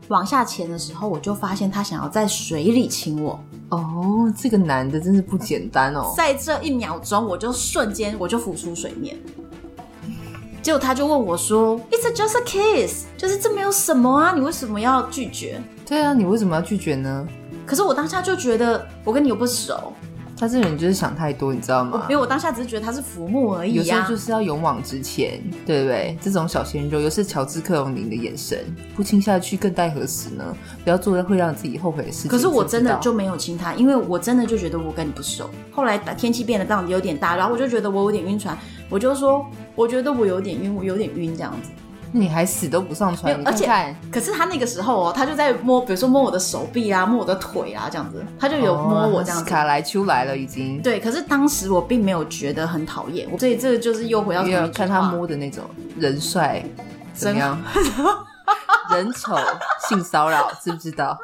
[SPEAKER 1] 往下潜的时候，我就发现他想要在水里亲我。
[SPEAKER 2] 哦，这个男的真是不简单哦。
[SPEAKER 1] 在这一秒钟，我就瞬间我就浮出水面。结果他就问我说：“It's just a kiss，就是这没有什么啊，你为什么要拒绝
[SPEAKER 2] 对啊，你为什么要拒绝呢？？”
[SPEAKER 1] 可是我当下就觉得我跟你又不熟，
[SPEAKER 2] 他这人就是想太多，你知道
[SPEAKER 1] 我
[SPEAKER 2] 吗
[SPEAKER 1] 因？为我当下只是觉得他是浮木而已啊
[SPEAKER 2] 有时
[SPEAKER 1] 呀、
[SPEAKER 2] 候就是要勇往直前，对不对？这种小鲜肉，又是乔治克隆尼的眼神，不亲下去更待何时呢？不要做会让自己后悔的事情。
[SPEAKER 1] 可是我真
[SPEAKER 2] 知
[SPEAKER 1] 的
[SPEAKER 2] 道
[SPEAKER 1] 就没有亲他，因为我真的就觉得我跟你不熟。后来天气变得到底有点大，然后我就觉得我有点晕船，我就说我觉得我有点晕，我有点晕这样子。
[SPEAKER 2] 你还死都不上
[SPEAKER 1] 没
[SPEAKER 2] 船，
[SPEAKER 1] 有
[SPEAKER 2] 你
[SPEAKER 1] 而
[SPEAKER 2] 看
[SPEAKER 1] 且
[SPEAKER 2] 看。
[SPEAKER 1] 可是他那个时候哦，他就在摸，比如说摸我的手臂啊，摸我的腿啊，这样子，他就有摸我这样
[SPEAKER 2] 哦
[SPEAKER 1] 子。
[SPEAKER 2] 卡莱出来了已经，
[SPEAKER 1] 对，可是当时我并没有觉得很讨厌，所以这个就是又回到
[SPEAKER 2] 也
[SPEAKER 1] 同一
[SPEAKER 2] 有
[SPEAKER 1] 句
[SPEAKER 2] 看他
[SPEAKER 1] 话，
[SPEAKER 2] 摸的那种人帅，怎么
[SPEAKER 1] 真
[SPEAKER 2] 样？ 人丑性骚扰，知不知道？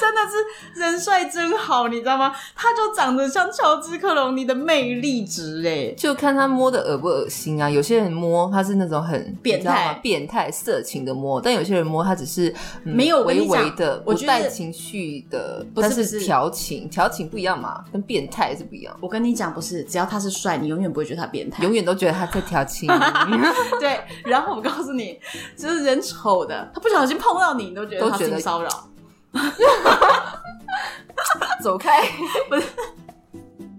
[SPEAKER 1] 真的是人帅真好，你知道吗？他就长得像乔治克隆尼的魅力值哎，
[SPEAKER 2] 就看他摸的恶不恶心啊。有些人摸他是那种很
[SPEAKER 1] 变态
[SPEAKER 2] 你知道吗变态、色情的摸，但有些人摸他只是、嗯
[SPEAKER 1] 没有我跟
[SPEAKER 2] 微
[SPEAKER 1] 你讲
[SPEAKER 2] 微的、
[SPEAKER 1] 我
[SPEAKER 2] 不
[SPEAKER 1] 觉得
[SPEAKER 2] 带情绪的，
[SPEAKER 1] 不是
[SPEAKER 2] 但
[SPEAKER 1] 不是
[SPEAKER 2] 调情，调情不一样嘛，跟变态是不一样。
[SPEAKER 1] 我跟你讲，不是，只要他是帅，你永远不会觉得他变态。
[SPEAKER 2] 永远都觉得他在调情，
[SPEAKER 1] 对，然后我告诉你，就是人丑的，他不小心碰到你，你都觉得
[SPEAKER 2] 都
[SPEAKER 1] 他
[SPEAKER 2] 觉得
[SPEAKER 1] 性骚扰。
[SPEAKER 2] 走开。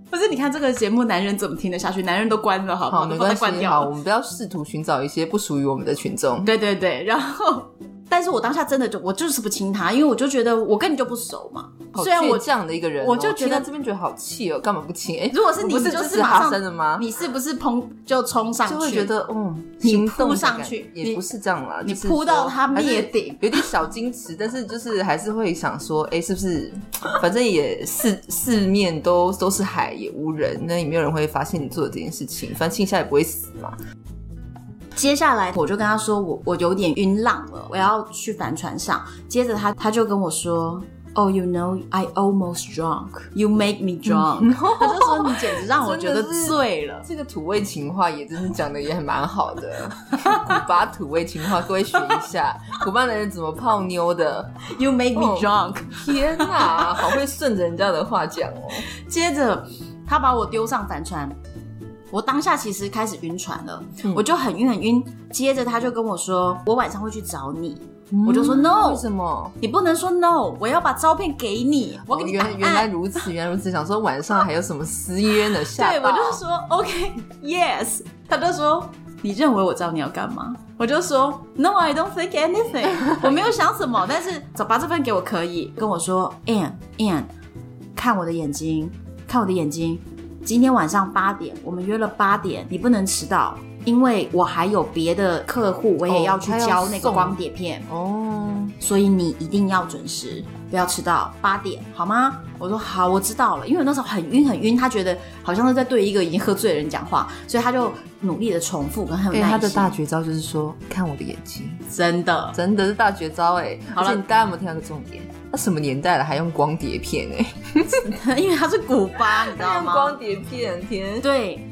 [SPEAKER 1] 不是，你看这个节目，男人怎么听得下去？男人都关了，好不
[SPEAKER 2] 好，
[SPEAKER 1] 都
[SPEAKER 2] 没
[SPEAKER 1] 把它
[SPEAKER 2] 关
[SPEAKER 1] 关
[SPEAKER 2] 系，
[SPEAKER 1] 掉
[SPEAKER 2] 好，
[SPEAKER 1] 了
[SPEAKER 2] 我们不要试图寻找一些不属于我们的群众。
[SPEAKER 1] 对对对，然后，但是我当下真的就我就是不亲他，因为我就觉得我跟你就不熟嘛。
[SPEAKER 2] 好
[SPEAKER 1] 虽然我
[SPEAKER 2] 倔强的一个人哦，
[SPEAKER 1] 我就觉得
[SPEAKER 2] 听到这边觉得好气哦，干嘛不亲？哎，
[SPEAKER 1] 如果是你
[SPEAKER 2] 我不是
[SPEAKER 1] 就
[SPEAKER 2] 支
[SPEAKER 1] 是
[SPEAKER 2] 持
[SPEAKER 1] 马
[SPEAKER 2] 哈
[SPEAKER 1] 上
[SPEAKER 2] 森的吗？
[SPEAKER 1] 你是不是砰就冲上去？
[SPEAKER 2] 啊就会觉得，嗯，
[SPEAKER 1] 你
[SPEAKER 2] 心动
[SPEAKER 1] 扑
[SPEAKER 2] 的
[SPEAKER 1] 上
[SPEAKER 2] 感
[SPEAKER 1] 去你
[SPEAKER 2] 也不是这样啦，
[SPEAKER 1] 你
[SPEAKER 2] 就是
[SPEAKER 1] 扑到
[SPEAKER 2] 说
[SPEAKER 1] 他
[SPEAKER 2] 还是
[SPEAKER 1] 灭顶
[SPEAKER 2] 有点小矜持，但是就是还是会想说，哎，是不是？反正也四四面都都是海，也无人，那也没有人会发现你做的这件事情，反正亲一下也不会死 嘛。
[SPEAKER 1] 接下来我就跟他说我我有点晕浪了，我要去帆船上。接着他他就跟我说。Oh, you know, I almost drunk. You make me drunk. 他就说你简直让我觉得
[SPEAKER 2] 真的是
[SPEAKER 1] 醉了。
[SPEAKER 2] 这个土味情话也真是讲的也很蛮好的，古巴土味情话，各位学一下，古巴男人怎么泡妞的？
[SPEAKER 1] You make me
[SPEAKER 2] 哦
[SPEAKER 1] drunk.
[SPEAKER 2] 天哪，好会顺着人家的话讲哦。
[SPEAKER 1] 接着他把我丢上帆船，我当下其实开始晕船了，
[SPEAKER 2] 嗯
[SPEAKER 1] 我就很晕很晕。接着他就跟我说，我晚上会去找你， 我就说
[SPEAKER 2] 嗯
[SPEAKER 1] no
[SPEAKER 2] 为什么？
[SPEAKER 1] 你不能说 no，我要把照片给你，我
[SPEAKER 2] 我
[SPEAKER 1] 给你答
[SPEAKER 2] 哦原
[SPEAKER 1] 案。
[SPEAKER 2] 原来 如此，原来如此，想说晚上还有什么私约呢？吓
[SPEAKER 1] 对，
[SPEAKER 2] 到
[SPEAKER 1] 我就说 OK yes，他就说你认为我知道你要干嘛？我就说 No, I don't think anything，我 没有想什么，但是走把这份给我可以跟我说 Ann Ann，看我的眼睛，看我的眼睛，今天晚上八点，我们约了八点，你不能迟到。因为我还有别的客户，我也
[SPEAKER 2] 哦
[SPEAKER 1] 要去
[SPEAKER 2] 他要
[SPEAKER 1] 交那个
[SPEAKER 2] 送
[SPEAKER 1] 光碟片，
[SPEAKER 2] 哦，
[SPEAKER 1] 所以你一定要准时，不要迟到八点，好吗？我说好，我知道了，因为我那时候很晕很晕，他觉得好像是在对一个已经喝醉的人讲话，所以他就努力的重复跟很有
[SPEAKER 2] 哎，
[SPEAKER 1] 耐
[SPEAKER 2] 他的
[SPEAKER 1] 心。
[SPEAKER 2] 大绝招就是说看我的眼睛，
[SPEAKER 1] 真的，
[SPEAKER 2] 真的是大绝招哎。
[SPEAKER 1] 好了
[SPEAKER 2] 而且你大家有没有听到一个重点？那什么年代了还用光碟片哎？
[SPEAKER 1] 因为他是古巴，你知道
[SPEAKER 2] 用
[SPEAKER 1] 吗？
[SPEAKER 2] 光碟片，天！
[SPEAKER 1] 对。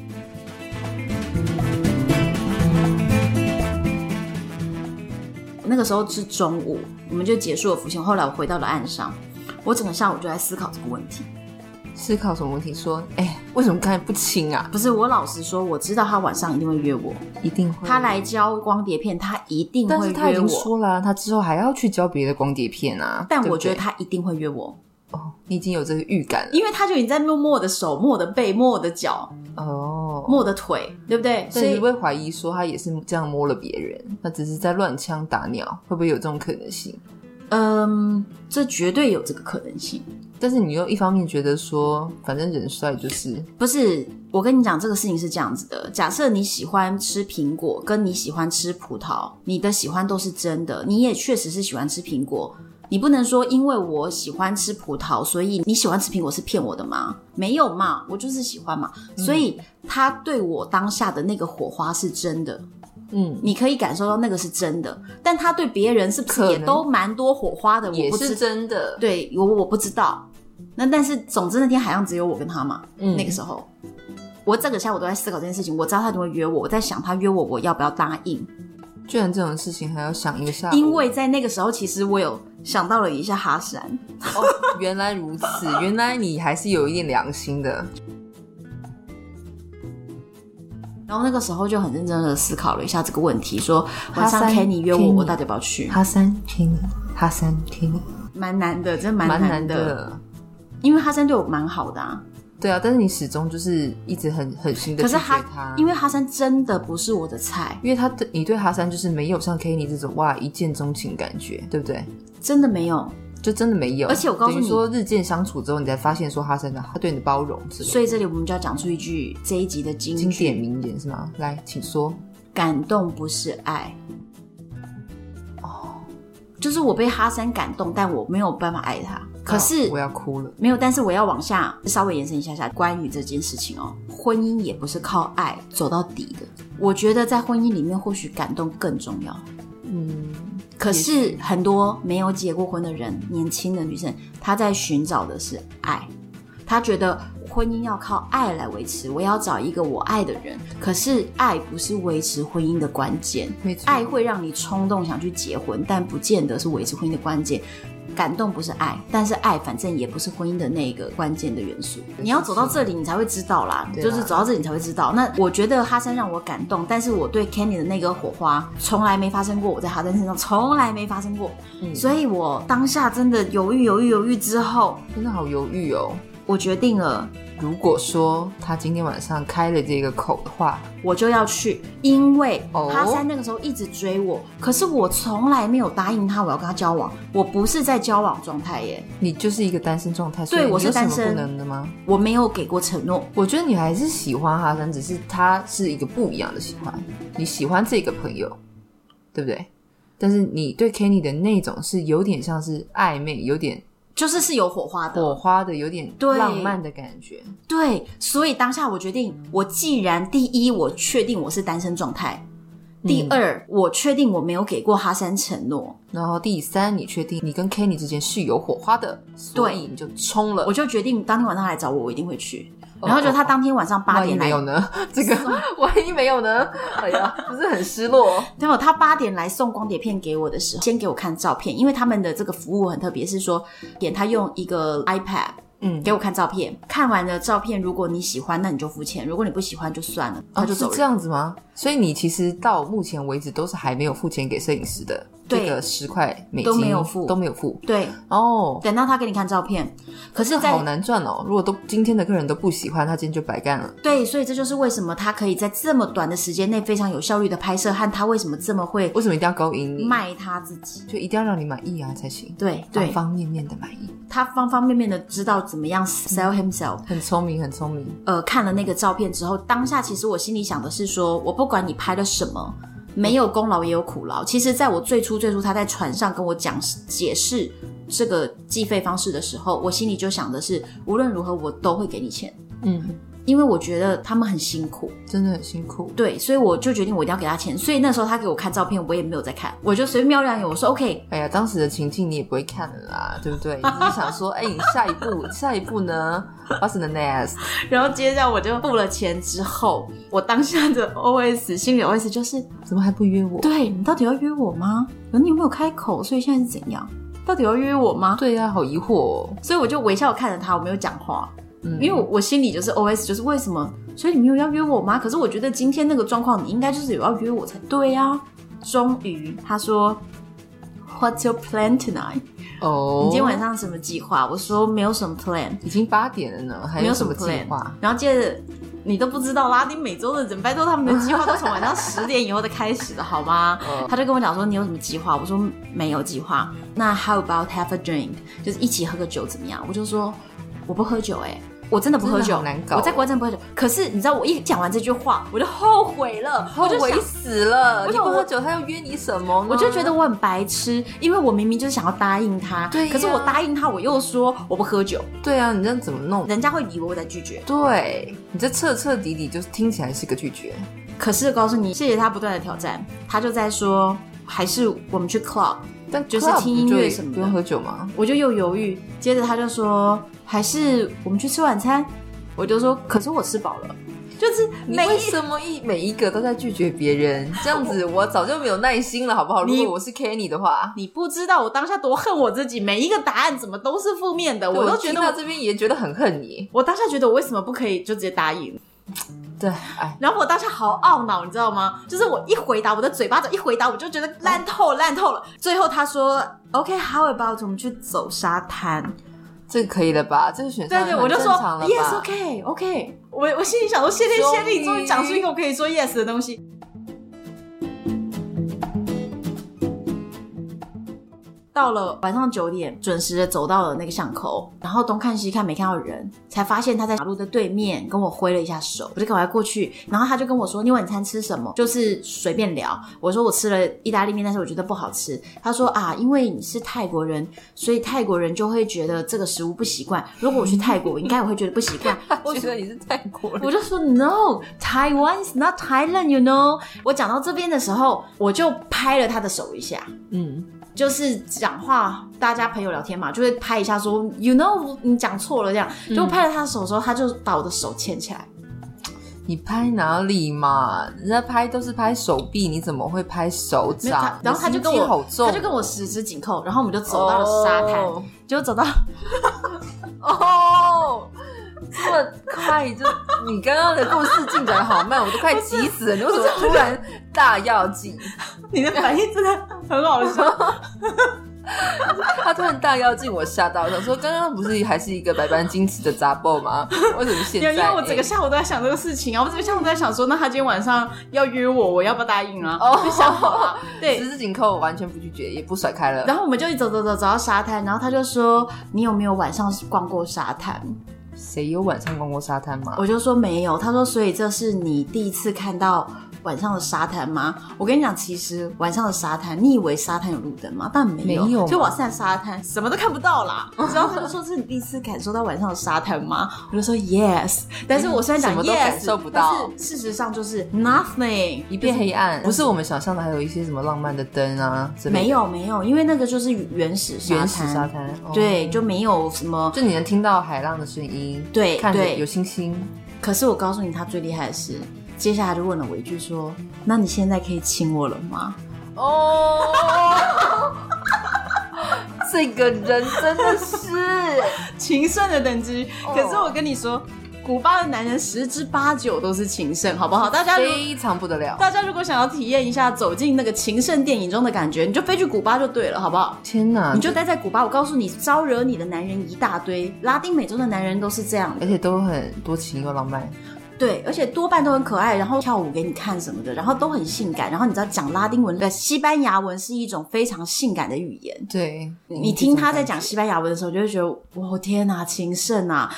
[SPEAKER 1] 那个时候是中午，我们就结束了浮潜。后来我回到了岸上，我整个下午就在思考这个问题。
[SPEAKER 2] 思考什么问题？说哎，为什么刚才不亲啊？
[SPEAKER 1] 不是我老实说，我知道他晚上一定会约我，
[SPEAKER 2] 一定会
[SPEAKER 1] 他，来交光碟片，他一定
[SPEAKER 2] 嗯但
[SPEAKER 1] 会
[SPEAKER 2] 是他已
[SPEAKER 1] 约
[SPEAKER 2] 经
[SPEAKER 1] 我。
[SPEAKER 2] 说了啊，他之后还要去交别的光碟片啊。
[SPEAKER 1] 但
[SPEAKER 2] 对不
[SPEAKER 1] 我觉得
[SPEAKER 2] 对
[SPEAKER 1] 他一定会约我，
[SPEAKER 2] 哦，你已经有这个预感了
[SPEAKER 1] 因为他就已经在摸摸我的手、摸我的背、摸我的脚、
[SPEAKER 2] 哦。
[SPEAKER 1] 摸我的腿，对不对？所
[SPEAKER 2] 所以
[SPEAKER 1] 以
[SPEAKER 2] 嗯你会怀疑说他也是这样摸了别人，他只是在乱枪打鸟，会不会有这种可能性？
[SPEAKER 1] 嗯，这绝对有这个可能性。
[SPEAKER 2] 但是你又一方面觉得说，反正人帅就是
[SPEAKER 1] 不是，我跟你讲，这个事情是这样子的：假设你喜欢吃苹果，跟你喜欢吃葡萄，你的喜欢都是真的，你也确实是喜欢吃苹果。你不能说因为我喜欢吃葡萄，所以你喜欢吃苹果是骗我的吗？没有嘛，我就是喜欢嘛。
[SPEAKER 2] 嗯
[SPEAKER 1] 所以他对我当下的那个火花是真的，
[SPEAKER 2] 嗯，
[SPEAKER 1] 你可以感受到那个是真的。但他对别人是不是
[SPEAKER 2] 可能
[SPEAKER 1] 也都蛮多火花的？我
[SPEAKER 2] 嗯也
[SPEAKER 1] 不知
[SPEAKER 2] 是真的。
[SPEAKER 1] 对，我我不知道。那但是总之那天海上只有我跟他嘛，
[SPEAKER 2] 嗯
[SPEAKER 1] 那个时候，我整个下午都在思考这件事情。我知道他一定会约我，我在想他约我，我要不要答应？
[SPEAKER 2] 居然这种事情还要想一个下午，
[SPEAKER 1] 因为在那个时候，其实我有想到了一下哈山，
[SPEAKER 2] 哦，原来如 此，原来你还是有一点良心的。
[SPEAKER 1] 然后那个时候就很认真的思考了一下这个问题，说
[SPEAKER 2] 哈
[SPEAKER 1] 晚上
[SPEAKER 2] 山
[SPEAKER 1] Kenny 约我，
[SPEAKER 2] Kenny
[SPEAKER 1] 我到底要不要去？
[SPEAKER 2] 哈三听你，哈三听你，
[SPEAKER 1] 蛮难的，真的蛮
[SPEAKER 2] 蛮
[SPEAKER 1] 难
[SPEAKER 2] 难
[SPEAKER 1] 的，
[SPEAKER 2] 的。
[SPEAKER 1] 因为哈山对我蛮好的啊。
[SPEAKER 2] 对啊，但是你始终就是一直很狠心的
[SPEAKER 1] 可
[SPEAKER 2] 拒
[SPEAKER 1] 是
[SPEAKER 2] 绝
[SPEAKER 1] 哈，
[SPEAKER 2] 他，
[SPEAKER 1] 因
[SPEAKER 2] 为
[SPEAKER 1] 为哈山真的不是我的菜，
[SPEAKER 2] 因为他对你对哈三就是没有像 Kenny 这种哇一见钟情感觉，对不对？
[SPEAKER 1] 真的没有。
[SPEAKER 2] 就真的没有。
[SPEAKER 1] 而且我告诉
[SPEAKER 2] 等于
[SPEAKER 1] 你
[SPEAKER 2] 说日渐相处之后，你才发现说哈森的他对你的包容之类的。
[SPEAKER 1] 所以这里我们就要讲出一句这一集的金句
[SPEAKER 2] 经典名言是吗？来，请说。
[SPEAKER 1] 感动不是爱。哦，就是我被哈山感动，但我没有办法爱他。可是
[SPEAKER 2] 啊我要哭了。
[SPEAKER 1] 没有，但是我要往下稍微延伸一下下关于这件事情哦。婚姻也不是靠爱走到底的，我觉得在婚姻里面，或许感动更重要。
[SPEAKER 2] 嗯，
[SPEAKER 1] 可是很多没有结过婚的人，年轻的女生，她在寻找的是爱，她觉得婚姻要靠爱来维持，我要找一个我爱的人。可是爱不是维持婚姻的关键，
[SPEAKER 2] 没错，
[SPEAKER 1] 爱会让你冲动想去结婚，但不见得是维持婚姻的关键。感动不是爱，但是爱反正也不是婚姻的那个关键的元素。你要走到这里，你才会知道啦，
[SPEAKER 2] 对啊
[SPEAKER 1] 就是走到这里你才会知道。那我觉得哈山让我感动，但是我对 Kenny 的那个火花从来没发生过，我在哈山身上从来没发生过，
[SPEAKER 2] 嗯
[SPEAKER 1] 所以我当下真的犹豫犹豫犹豫之后，
[SPEAKER 2] 真的好犹豫哦。
[SPEAKER 1] 我决定了，
[SPEAKER 2] 如果说他今天晚上开了这个口的话，
[SPEAKER 1] 我就要去，因为
[SPEAKER 2] 哦
[SPEAKER 1] 哈山那个时候一直追我，可是我从来没有答应他我要跟他交往，我不是在交往状态耶，
[SPEAKER 2] 你就是一个单身状态，所以
[SPEAKER 1] 对
[SPEAKER 2] 你
[SPEAKER 1] 我是
[SPEAKER 2] 有什么
[SPEAKER 1] 单身
[SPEAKER 2] 不能的吗？
[SPEAKER 1] 我没有给过承诺。
[SPEAKER 2] 我觉得你还是喜欢哈森，只是他是一个不一样的喜欢。你喜欢这个朋友，对不对？但是你对 Kenny 的那种是有点像是暧昧，有点
[SPEAKER 1] 就是是有火花的，
[SPEAKER 2] 火花的，有点
[SPEAKER 1] 对
[SPEAKER 2] 浪漫的感觉。
[SPEAKER 1] 对，所以当下我决定，我既然第一我确定我是单身状态，
[SPEAKER 2] 嗯
[SPEAKER 1] 第二我确定我没有给过哈山承诺，
[SPEAKER 2] 然后第三，你确定你跟 Kenny 之间是有火花的，所以你就冲了。
[SPEAKER 1] 我就决定当天晚上他来找我，我一定会去。
[SPEAKER 2] 哦
[SPEAKER 1] 然后就他当天晚上八
[SPEAKER 2] 万一
[SPEAKER 1] 点来
[SPEAKER 2] 没，有呢？ 这个万一没有呢？哎呀，不是很失落？
[SPEAKER 1] 对 哦，他八点来送光碟片给我的时候，先给我看照片，因为他们的这个服务很特别，是说点他用一个 iPad。
[SPEAKER 2] 嗯
[SPEAKER 1] 给我看照片，看完了照片，如果你喜欢，那你就付钱；如果你不喜欢，就算了，他
[SPEAKER 2] 哦，
[SPEAKER 1] 就
[SPEAKER 2] 就是
[SPEAKER 1] 走
[SPEAKER 2] 这
[SPEAKER 1] 人。
[SPEAKER 2] 样子吗？所以你其实到目前为止都是还没有付钱给摄影师的，
[SPEAKER 1] 对
[SPEAKER 2] 这个十块美金
[SPEAKER 1] 都没有付
[SPEAKER 2] 都没有付
[SPEAKER 1] 对，
[SPEAKER 2] 哦。
[SPEAKER 1] 等到他给你看照片，可是在
[SPEAKER 2] 好难赚哦！如果都今天的客人都不喜欢，他今天就白干了。
[SPEAKER 1] 对，所以这就是为什么他可以在这么短的时间内非常有效率的拍摄，和他为什么这么会
[SPEAKER 2] 为什么一定要勾引你？
[SPEAKER 1] 卖他自己。
[SPEAKER 2] 就一定要让你满意啊才行，
[SPEAKER 1] 对对
[SPEAKER 2] 方，方面面的满意，
[SPEAKER 1] 他方方面面的知道怎么样 sell himself。
[SPEAKER 2] 很聪明，很聪明。
[SPEAKER 1] 呃，看了那个照片之后，当下其实我心里想的是说，我不管你拍了什么，没有功劳也有苦劳。其实，在我最初最初他在船上跟我讲解释这个计费方式的时候，我心里就想的是，无论如何我都会给你钱，
[SPEAKER 2] 嗯，
[SPEAKER 1] 因为我觉得他们很辛苦。
[SPEAKER 2] 真的很辛苦。
[SPEAKER 1] 对，所以我就决定我一定要给他钱。所以那时候他给我看照片，我也没有在看，我就随便瞄两眼，我说 OK。
[SPEAKER 2] 哎呀，当时的情境你也不会看了啦，对不对？你只是想说，哎，你下一步， 下一步呢？What's the next？
[SPEAKER 1] 然后接下来我就付了钱之后，我当下的 OS 心里 OS 就是：
[SPEAKER 2] 怎么还不约我？
[SPEAKER 1] 对你到底要约我吗？可你有没有开口？所以现在是怎样？到底要约我吗？
[SPEAKER 2] 对呀、好疑惑哦。
[SPEAKER 1] 所以我就微笑看着他，我没有讲话，
[SPEAKER 2] 嗯
[SPEAKER 1] 因为我我心里就是 OS 就是为什么？所以你没有要约我吗？可是我觉得今天那个状况，你应该就是有要约我才对呀、终于他说，What's your plan tonight？
[SPEAKER 2] 哦，
[SPEAKER 1] 你今天晚上什么计划？我说没有什么 plan，
[SPEAKER 2] 已经八点了呢，还
[SPEAKER 1] 没有
[SPEAKER 2] 什么计
[SPEAKER 1] plan
[SPEAKER 2] 划？。
[SPEAKER 1] 然后接着你都不知道啦，你每周的人拜托他们的计划都从晚上十点以后的开始的好吗？
[SPEAKER 2] 嗯
[SPEAKER 1] 他就跟我讲说你有什么计划？我说没有计划。那 how about have a drink？就是一起喝个酒怎么样？我就说我不喝酒哎、我真的不喝
[SPEAKER 2] 真的
[SPEAKER 1] 酒，
[SPEAKER 2] 好难搞哦
[SPEAKER 1] 我在国外真的不喝酒。可是你知道，我一讲完这句话，我就后悔了，
[SPEAKER 2] 后
[SPEAKER 1] 我就想
[SPEAKER 2] 悔死了！
[SPEAKER 1] 我
[SPEAKER 2] 你
[SPEAKER 1] 想
[SPEAKER 2] 不
[SPEAKER 1] 我
[SPEAKER 2] 喝酒，他要约你什么呢？
[SPEAKER 1] 我就觉得我很白痴，因为我明明就是想要答应他，
[SPEAKER 2] 对呀
[SPEAKER 1] 可是我答应他，我又说我不喝酒，
[SPEAKER 2] 对啊，你这样怎么弄？
[SPEAKER 1] 人家会以为我在拒绝。
[SPEAKER 2] 对你这彻彻底底就是听起来是个拒绝。
[SPEAKER 1] 可是告诉你，谢谢他不断的挑战，他就在说，还是我们去 club。
[SPEAKER 2] 但
[SPEAKER 1] 就是
[SPEAKER 2] club
[SPEAKER 1] 听音乐什么的
[SPEAKER 2] 不用喝酒吗？
[SPEAKER 1] 我就又犹豫，接着他就说，还是我们去吃晚餐。我就说，可是我吃饱了，就是
[SPEAKER 2] 你
[SPEAKER 1] 每
[SPEAKER 2] 为
[SPEAKER 1] 一
[SPEAKER 2] 什么一每一个都在拒绝 别人？这样子我早就没有耐心了，好不好？如
[SPEAKER 1] 你
[SPEAKER 2] 果我是 Kenny 的话，
[SPEAKER 1] 你不知道我当下多恨我自己，每一个答案怎么都是负面的，我都觉
[SPEAKER 2] 听
[SPEAKER 1] 得
[SPEAKER 2] 到
[SPEAKER 1] 我
[SPEAKER 2] 这边也觉得很恨你。
[SPEAKER 1] 我当下觉得我为什么不可以就直接答应？
[SPEAKER 2] 对，哎，
[SPEAKER 1] 然后我当下好懊恼，你知道吗？就是我一回答，我的嘴巴只要一回答，我就觉得烂透烂透了。最后他说，OK，how、about 我们去走沙滩？
[SPEAKER 2] 这个可以了吧？这个选项
[SPEAKER 1] 对对，我就
[SPEAKER 2] 很
[SPEAKER 1] 说
[SPEAKER 2] 正常了吧
[SPEAKER 1] yes OK OK，我我心里想说谢天谢地，
[SPEAKER 2] 终
[SPEAKER 1] 终
[SPEAKER 2] 于
[SPEAKER 1] 于讲出一个我可以说 yes 的东西。到了晚上九点，准时的走到了那个巷口，然后东看西看没看到人，才发现他在马路的对面跟我挥了一下手，我就赶快过去，然后他就跟我说：“你晚餐吃什么？”就是随便聊。我说我吃了意大利面，但是我觉得不好吃。他说啊，因为你是泰国人，所以泰国人就会觉得这个食物不习惯。如果我去泰国，我应该也会觉得不习 惯。
[SPEAKER 2] 我觉得你是泰国人，
[SPEAKER 1] 我就说 No, Taiwan is not Thailand, you know。我讲到这边的时候，我就拍了他的手一下，
[SPEAKER 2] 嗯，
[SPEAKER 1] 就是讲话，大家朋友聊天嘛，就会拍一下说 You know，你讲错了这样。
[SPEAKER 2] 嗯
[SPEAKER 1] 就拍了他的手的时候，他就把我的手牵起来。
[SPEAKER 2] 你拍哪里嘛？人家拍都是拍手臂，你怎么会拍手
[SPEAKER 1] 没有他
[SPEAKER 2] 掌？，
[SPEAKER 1] 然后他就跟
[SPEAKER 2] 你
[SPEAKER 1] 我，
[SPEAKER 2] 心机好重
[SPEAKER 1] 他就跟我十指紧扣，然后我们就走到了沙滩，
[SPEAKER 2] 哦
[SPEAKER 1] 结果走到
[SPEAKER 2] 哦，这么快就你刚刚的故事进展好慢，我都快急死了。你为什么突然大要进？
[SPEAKER 1] 你的反应真的很好 笑，
[SPEAKER 2] 他突然大要进，我吓到，我想说刚刚不是还是一个百般矜持的杂爆吗？为什么现
[SPEAKER 1] 因为
[SPEAKER 2] 在？哎
[SPEAKER 1] 因为我整个下午都在想这个事情啊，我整个下午都在想说，那他今天晚上要约我，我要不要答应啊？
[SPEAKER 2] 哦
[SPEAKER 1] 就想好 了，对
[SPEAKER 2] 十。指紧扣，我完全不拒绝，也不甩开了。
[SPEAKER 1] 然后我们就一走走走走到沙滩，然后他就说：“你有没有晚上逛过沙滩
[SPEAKER 2] 谁有晚上逛过沙滩？”吗？
[SPEAKER 1] 我就说没有。他说：“所以这是你第一次看到晚上的沙滩吗？”我跟你讲，其实晚上的沙滩，你以为沙滩有路灯吗？但没有，
[SPEAKER 2] 没有吗
[SPEAKER 1] 就晚上的沙滩什么都看不到啦。然后他就说：“这是你第一次感受到晚上的沙滩吗？”我就说：“Yes。”但是我虽然讲
[SPEAKER 2] 嗯什
[SPEAKER 1] yes，
[SPEAKER 2] 么都感受不到
[SPEAKER 1] 但是事实上就是 nothing，
[SPEAKER 2] 一片黑暗，
[SPEAKER 1] 就
[SPEAKER 2] 不
[SPEAKER 1] 是
[SPEAKER 2] 是我们想象的，还有一些什么浪漫的灯啊之类的
[SPEAKER 1] 没有没有，因为那个就是原始沙滩，
[SPEAKER 2] 原始沙滩。哦
[SPEAKER 1] 对，就没有什么
[SPEAKER 2] 就你能听到海浪的声音，
[SPEAKER 1] 对
[SPEAKER 2] 看着
[SPEAKER 1] 对
[SPEAKER 2] 有星星，
[SPEAKER 1] 可是我告诉你，他最厉害的是，接下来就问了我一句说：“那你现在可以亲我了吗
[SPEAKER 2] 哦， 这个人真的是，？”
[SPEAKER 1] 情圣的等级。
[SPEAKER 2] 哦
[SPEAKER 1] 可是我跟你说，古巴的男人十之八九都是情圣，好不好？大家如
[SPEAKER 2] 非常不得了。
[SPEAKER 1] 大家如果想要体验一下走进那个情圣电影中的感觉，你就飞去古巴就对了，好不好？
[SPEAKER 2] 天哪！
[SPEAKER 1] 你就待在古巴，我告诉你，招惹你的男人一大堆，拉丁美洲的男人都是这样的
[SPEAKER 2] 而，且都很多情又浪漫，
[SPEAKER 1] 对，而且多半都很可爱，然后跳舞给你看什么的，然后都很性感，然后你知道讲拉丁文的西班牙文是一种非常性感的语言，
[SPEAKER 2] 对
[SPEAKER 1] 你听他在讲西班牙文的时候，就会觉得，我天哪，情圣啊！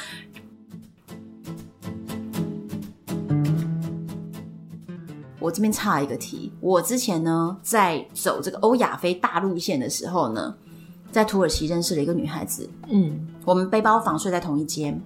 [SPEAKER 1] 我这边差一个题，我之前呢在走这个欧亚非大路线的时候呢，在土耳其认识了一个女孩子，
[SPEAKER 2] 嗯，
[SPEAKER 1] 我们背包房睡在同一间。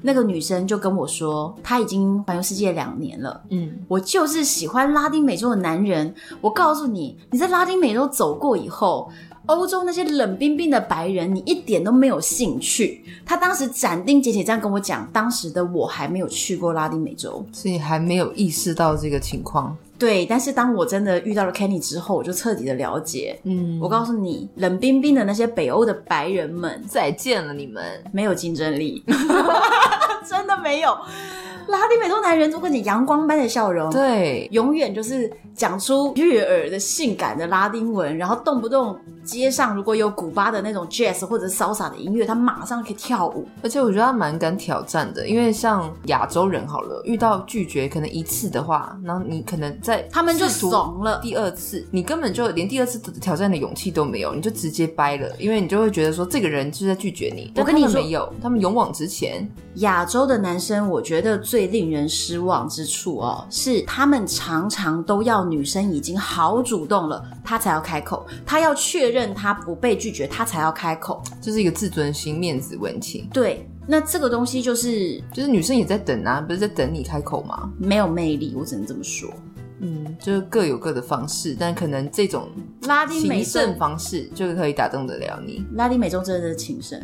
[SPEAKER 1] 那个女生就跟我说，她已经环游世界两年了，
[SPEAKER 2] 嗯，
[SPEAKER 1] 我就是喜欢拉丁美洲的男人。我告诉你，你在拉丁美洲走过以后，欧洲那些冷冰冰的白人，你一点都没有兴趣。他当时斩钉截铁这样跟我讲，当时的我还没有去过拉丁美洲。
[SPEAKER 2] 所以还没有意识到这个情况，
[SPEAKER 1] 对，但是当我真的遇到了 Kenny 之后，我就彻底的了解。
[SPEAKER 2] 嗯，
[SPEAKER 1] 我告诉你，冷冰冰的那些北欧的白人们，
[SPEAKER 2] 再见了你们，
[SPEAKER 1] 没有竞争力， 真的没有。拉丁美洲男人，如果你阳光般的笑容，
[SPEAKER 2] 对，
[SPEAKER 1] 永远就是讲出悦耳的性感的拉丁文，然后动不动街上如果有古巴的那种 jazz 或者 salsa 的音乐，他马上可以跳舞。
[SPEAKER 2] 而且我觉得他蛮敢挑战的，因为像亚洲人好了，遇到拒绝可能一次的话，然后你可能在
[SPEAKER 1] 他们就
[SPEAKER 2] 试图
[SPEAKER 1] 怂了
[SPEAKER 2] 第二次你根本就连第二次的挑战的勇气都没有，你就直接掰了，因为你就会觉得说这个人就是在拒绝你。
[SPEAKER 1] 我
[SPEAKER 2] 但
[SPEAKER 1] 跟你
[SPEAKER 2] 他们
[SPEAKER 1] 说
[SPEAKER 2] 没有，他们勇往直前。
[SPEAKER 1] 亚洲的男生，我觉得最令人失望之处哦，是他们常常都要女生已经好主动了，他才要开口，他要确认他不被拒绝，他才要开口。
[SPEAKER 2] 这是一个自尊心、面子问题，
[SPEAKER 1] 对，那这个东西就是
[SPEAKER 2] 就是女生也在等啊，不是在等你开口吗？
[SPEAKER 1] 没有魅力，我只能这么说。
[SPEAKER 2] 嗯，就是各有各的方式，但可能这种
[SPEAKER 1] 拉丁美
[SPEAKER 2] 行
[SPEAKER 1] 洲
[SPEAKER 2] 胜方式就可以打动得了你。
[SPEAKER 1] 拉丁美洲真的是情圣。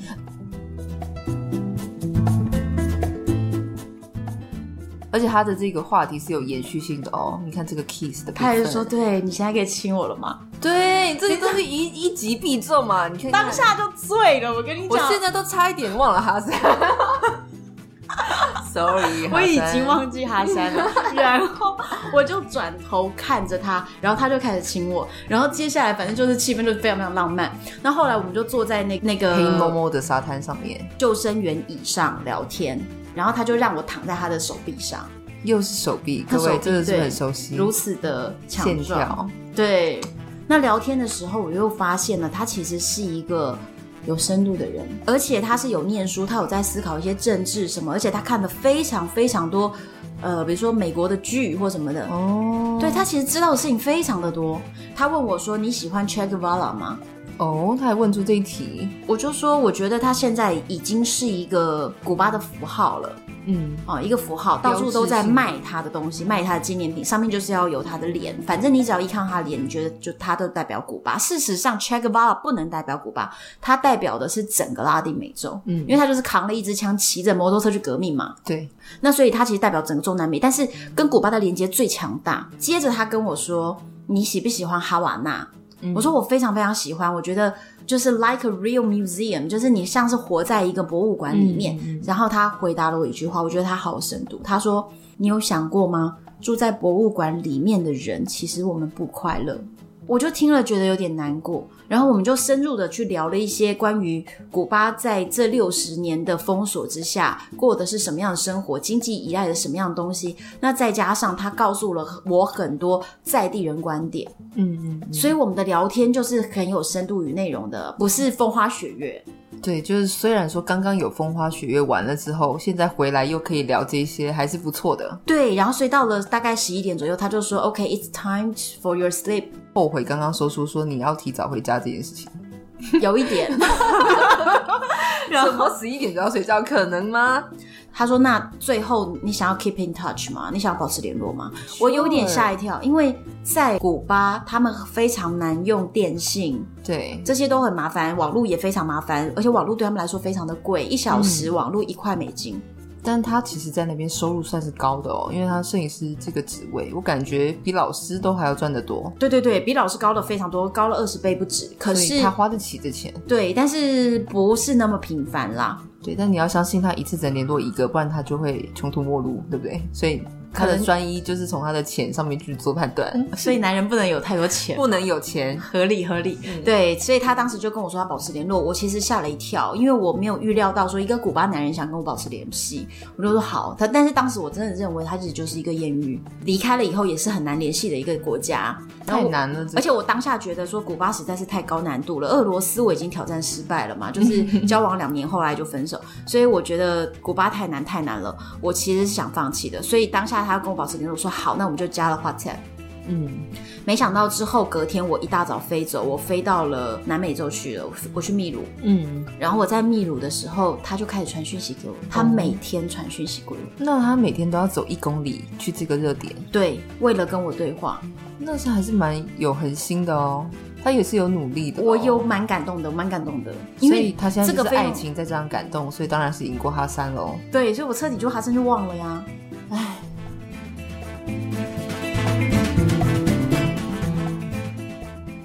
[SPEAKER 2] 而且他的这个话题是有延续性的哦。你看这个 kiss 的部
[SPEAKER 1] 他
[SPEAKER 2] 分，
[SPEAKER 1] 还是说：“对你现在可以亲我了吗
[SPEAKER 2] 对，这个东西一 一击必中嘛。你看？”看
[SPEAKER 1] 当，下就醉了，我跟你
[SPEAKER 2] 我
[SPEAKER 1] 讲，
[SPEAKER 2] 现在都差一点忘了哈森。Sorry，
[SPEAKER 1] 我已
[SPEAKER 2] 哈森
[SPEAKER 1] 经忘记哈山 了。然后我就转头看着他，然后他就开始亲我，然后接下来反正就是气氛就非常非常浪漫。那后来我们就坐在那那
[SPEAKER 2] 黑蒙
[SPEAKER 1] 个
[SPEAKER 2] 蒙的沙滩上面，
[SPEAKER 1] 救生员椅上聊天，然后他就让我躺在他的手臂上，
[SPEAKER 2] 又是手臂，
[SPEAKER 1] 他
[SPEAKER 2] 各
[SPEAKER 1] 手
[SPEAKER 2] 位
[SPEAKER 1] 臂
[SPEAKER 2] 真的是
[SPEAKER 1] 对
[SPEAKER 2] 很熟悉，
[SPEAKER 1] 如此的强
[SPEAKER 2] 嗯线
[SPEAKER 1] 壮。
[SPEAKER 2] 条。
[SPEAKER 1] 对，那聊天的时候，我又发现了他其实是一个有深度的人，而且他是有念书，他有在思考一些政治什么，而且他看的非常非常多，呃，比如说美国的剧或什么的。
[SPEAKER 2] 哦，
[SPEAKER 1] 对他其实知道的事情非常的多。他问我说：“你喜欢 Che Guevara 吗
[SPEAKER 2] 哦，他还问出这一题，？”
[SPEAKER 1] 我就说：“我觉得他现在已经是一个古巴的符号了。”
[SPEAKER 2] 嗯，
[SPEAKER 1] 哦，一个符号，到处都在卖他的东西，卖他的纪念品，上面就是要有他的脸。反正你只要一看他的脸，你觉得就他都代表古巴。事实上，Che Guevara 不能代表古巴，他代表的是整个拉丁美洲，
[SPEAKER 2] 嗯
[SPEAKER 1] 因为他就是扛了一支枪，骑着摩托车去革命嘛。
[SPEAKER 2] 对，
[SPEAKER 1] 那所以他其实代表整个中南美，但是跟古巴的连接最强大。接着他跟我说：“你喜不喜欢哈瓦那？”我说我非常非常喜欢，我觉得就是 like a real museum，就是你像是活在一个博物馆里面。然后他回答了我一句话，我觉得他好有深度。他说：“你有想过吗？住在博物馆里面的人，其实我们不快乐。”我就听了觉得有点难过，然后我们就深入的去聊了一些关于古巴在这六十年的封锁之下过的是什么样的生活，经济依赖的什么样的东西。那再加上他告诉了我很多在地人观点，
[SPEAKER 2] 嗯嗯，
[SPEAKER 1] 所以我们的聊天就是很有深度与内容的，不是风花雪月。
[SPEAKER 2] 对，就是虽然说刚刚有风花雪月完了之后，现在回来又可以聊这些，还是不错的。
[SPEAKER 1] 对，然后所以到了大概十一点左右，他就说：“OK，it's、time for your sleep。
[SPEAKER 2] 后悔刚刚说出说你要提早回家这件事情，”
[SPEAKER 1] 有一点，啊
[SPEAKER 2] 然后十一点就要睡觉，可能吗？
[SPEAKER 1] 他说：“那最后你想要 keep in touch 吗？你想要保持联络吗？”我有点吓一跳，因为在古巴他们非常难用电信，
[SPEAKER 2] 对，
[SPEAKER 1] 这些都很麻烦，网络也非常麻烦，而且网络对他们来说非常的贵，一小时网络一块美金。
[SPEAKER 2] 但他其实在那边收入算是高的哦，因为他摄影师这个职位，我感觉比老师都还要赚得多，
[SPEAKER 1] 对对对，比老师高了非常多，高了二十倍不止。可
[SPEAKER 2] 所
[SPEAKER 1] 是
[SPEAKER 2] 以他花得起这钱。
[SPEAKER 1] 对，但是不是那么频繁啦。
[SPEAKER 2] 对，但你要相信他一次只能联络一个，不然他就会穷途末路，对不对？所以他
[SPEAKER 1] 可
[SPEAKER 2] 的
[SPEAKER 1] 能嗯
[SPEAKER 2] 专一就是从他的钱上面去做判断，
[SPEAKER 1] 所以男人不能有太多钱，
[SPEAKER 2] 不能有钱。
[SPEAKER 1] 合理合理。
[SPEAKER 2] 嗯
[SPEAKER 1] 对，所以他当时就跟我说要保持联络，我其实吓了一跳，因为我没有预料到说一个古巴男人想跟我保持联系，我就说好。他但是当时我真的认为他其实就是一个艳遇，离开了以后也是很难联系的一个国家，然后
[SPEAKER 2] 太
[SPEAKER 1] 我
[SPEAKER 2] 难了，这
[SPEAKER 1] 而且我当下觉得说古巴实在是太高难度了，俄罗斯我已经挑战失败了嘛， 就是交往两年后来就分手，所以我觉得古巴太难太难了，我其实是想放弃的，所以当下他跟我保持联络，我说好，那我们就加了 WhatsApp。
[SPEAKER 2] 嗯，
[SPEAKER 1] 没想到之后隔天我一大早飞走，我飞到了南美洲去了，我我去秘鲁，
[SPEAKER 2] 嗯，
[SPEAKER 1] 然后我在秘鲁的时候，他就开始传讯息给我，他
[SPEAKER 2] 哦
[SPEAKER 1] 每天传讯息给我，
[SPEAKER 2] 那他每天都要走一公里去这个热点，
[SPEAKER 1] 对，为了跟我对话，
[SPEAKER 2] 那是还是蛮有恒心的哦。他也是有努力的哦、
[SPEAKER 1] 我有蛮感动的，蛮感动的，因
[SPEAKER 2] 所
[SPEAKER 1] 为
[SPEAKER 2] 以他现在
[SPEAKER 1] 这
[SPEAKER 2] 就
[SPEAKER 1] 个费
[SPEAKER 2] 是爱
[SPEAKER 1] 用
[SPEAKER 2] 情在这样感动，所以当然是赢过哈三喽。
[SPEAKER 1] 对，所以我彻底就哈森就忘了呀。唉，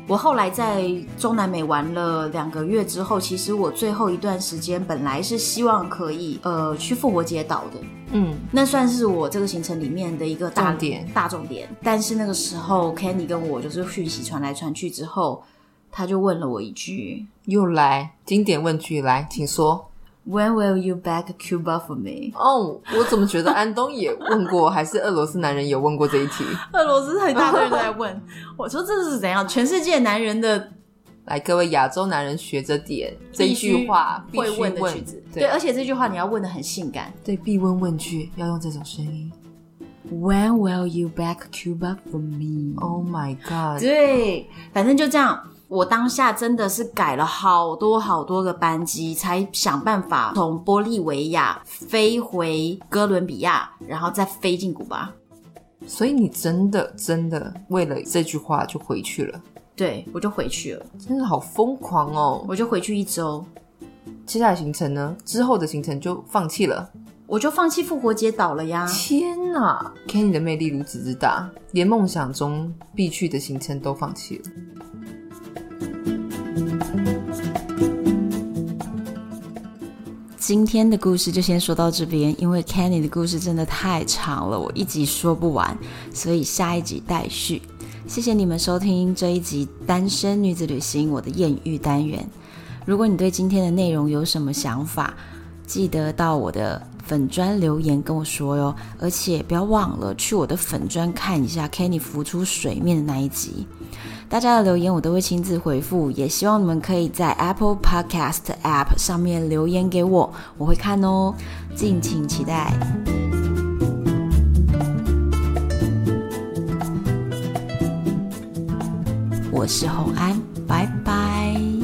[SPEAKER 1] 我后来在中南美玩了两个月之后，其实我最后一段时间本来是希望可以呃去复活节岛的，
[SPEAKER 2] 嗯，
[SPEAKER 1] 那算是我这个行程里面的一个大
[SPEAKER 2] 重点
[SPEAKER 1] 大重点。但是那个时候 Kenny 跟我就是讯息传来传去之后，他就问了我一句
[SPEAKER 2] 又来经典问句来，请说。
[SPEAKER 1] ：“When will you back Cuba for me？”
[SPEAKER 2] 哦，我怎么觉得安东也问过，还是俄罗斯男人有问过这一题？
[SPEAKER 1] 俄罗斯很大堆人都在 问，我说这是怎样？全世界男人的
[SPEAKER 2] 来，各位亚洲男人学着点这
[SPEAKER 1] 必
[SPEAKER 2] 一
[SPEAKER 1] 须
[SPEAKER 2] 句话，必
[SPEAKER 1] 会
[SPEAKER 2] 须
[SPEAKER 1] 问
[SPEAKER 2] 问
[SPEAKER 1] 的句子，对，呃
[SPEAKER 2] 对
[SPEAKER 1] 而且这句话你要问的很性感。
[SPEAKER 2] 对，必问问句要用这种声音。
[SPEAKER 1] When will you back Cuba for me？
[SPEAKER 2] Oh my god！
[SPEAKER 1] 对，反正就这样。我当下真的是改了好多好多个班机，才想办法从玻利维亚飞回哥伦比亚，然后再飞进古巴。
[SPEAKER 2] 所以你真的真的为了这句话就回去了，
[SPEAKER 1] 对，我就回去了，
[SPEAKER 2] 真的好疯狂哦！
[SPEAKER 1] 我就回去一周，
[SPEAKER 2] 接下来行程呢？之后的行程就放弃了。
[SPEAKER 1] 我就放弃复活节岛了呀。
[SPEAKER 2] 天呐 k e n n y 的魅力如此之大，连梦想中必去的行程都放弃了。
[SPEAKER 1] 今天的故事就先说到这边，因为 Kenny 的故事真的太长了，我一集说不完，所以下一集待续。谢谢你们收听这一集《单身女子旅行》我的艳遇单元。如果你对今天的内容有什么想法，记得到我的粉砖留言跟我说哟，而且不要忘了去我的粉砖看一下 Kenny 浮出水面的那一集。大家的留言我都会亲自回复，也希望你们可以在 Apple Podcast App 上面留言给我，我会看哦，敬请期待。我是红安，拜拜。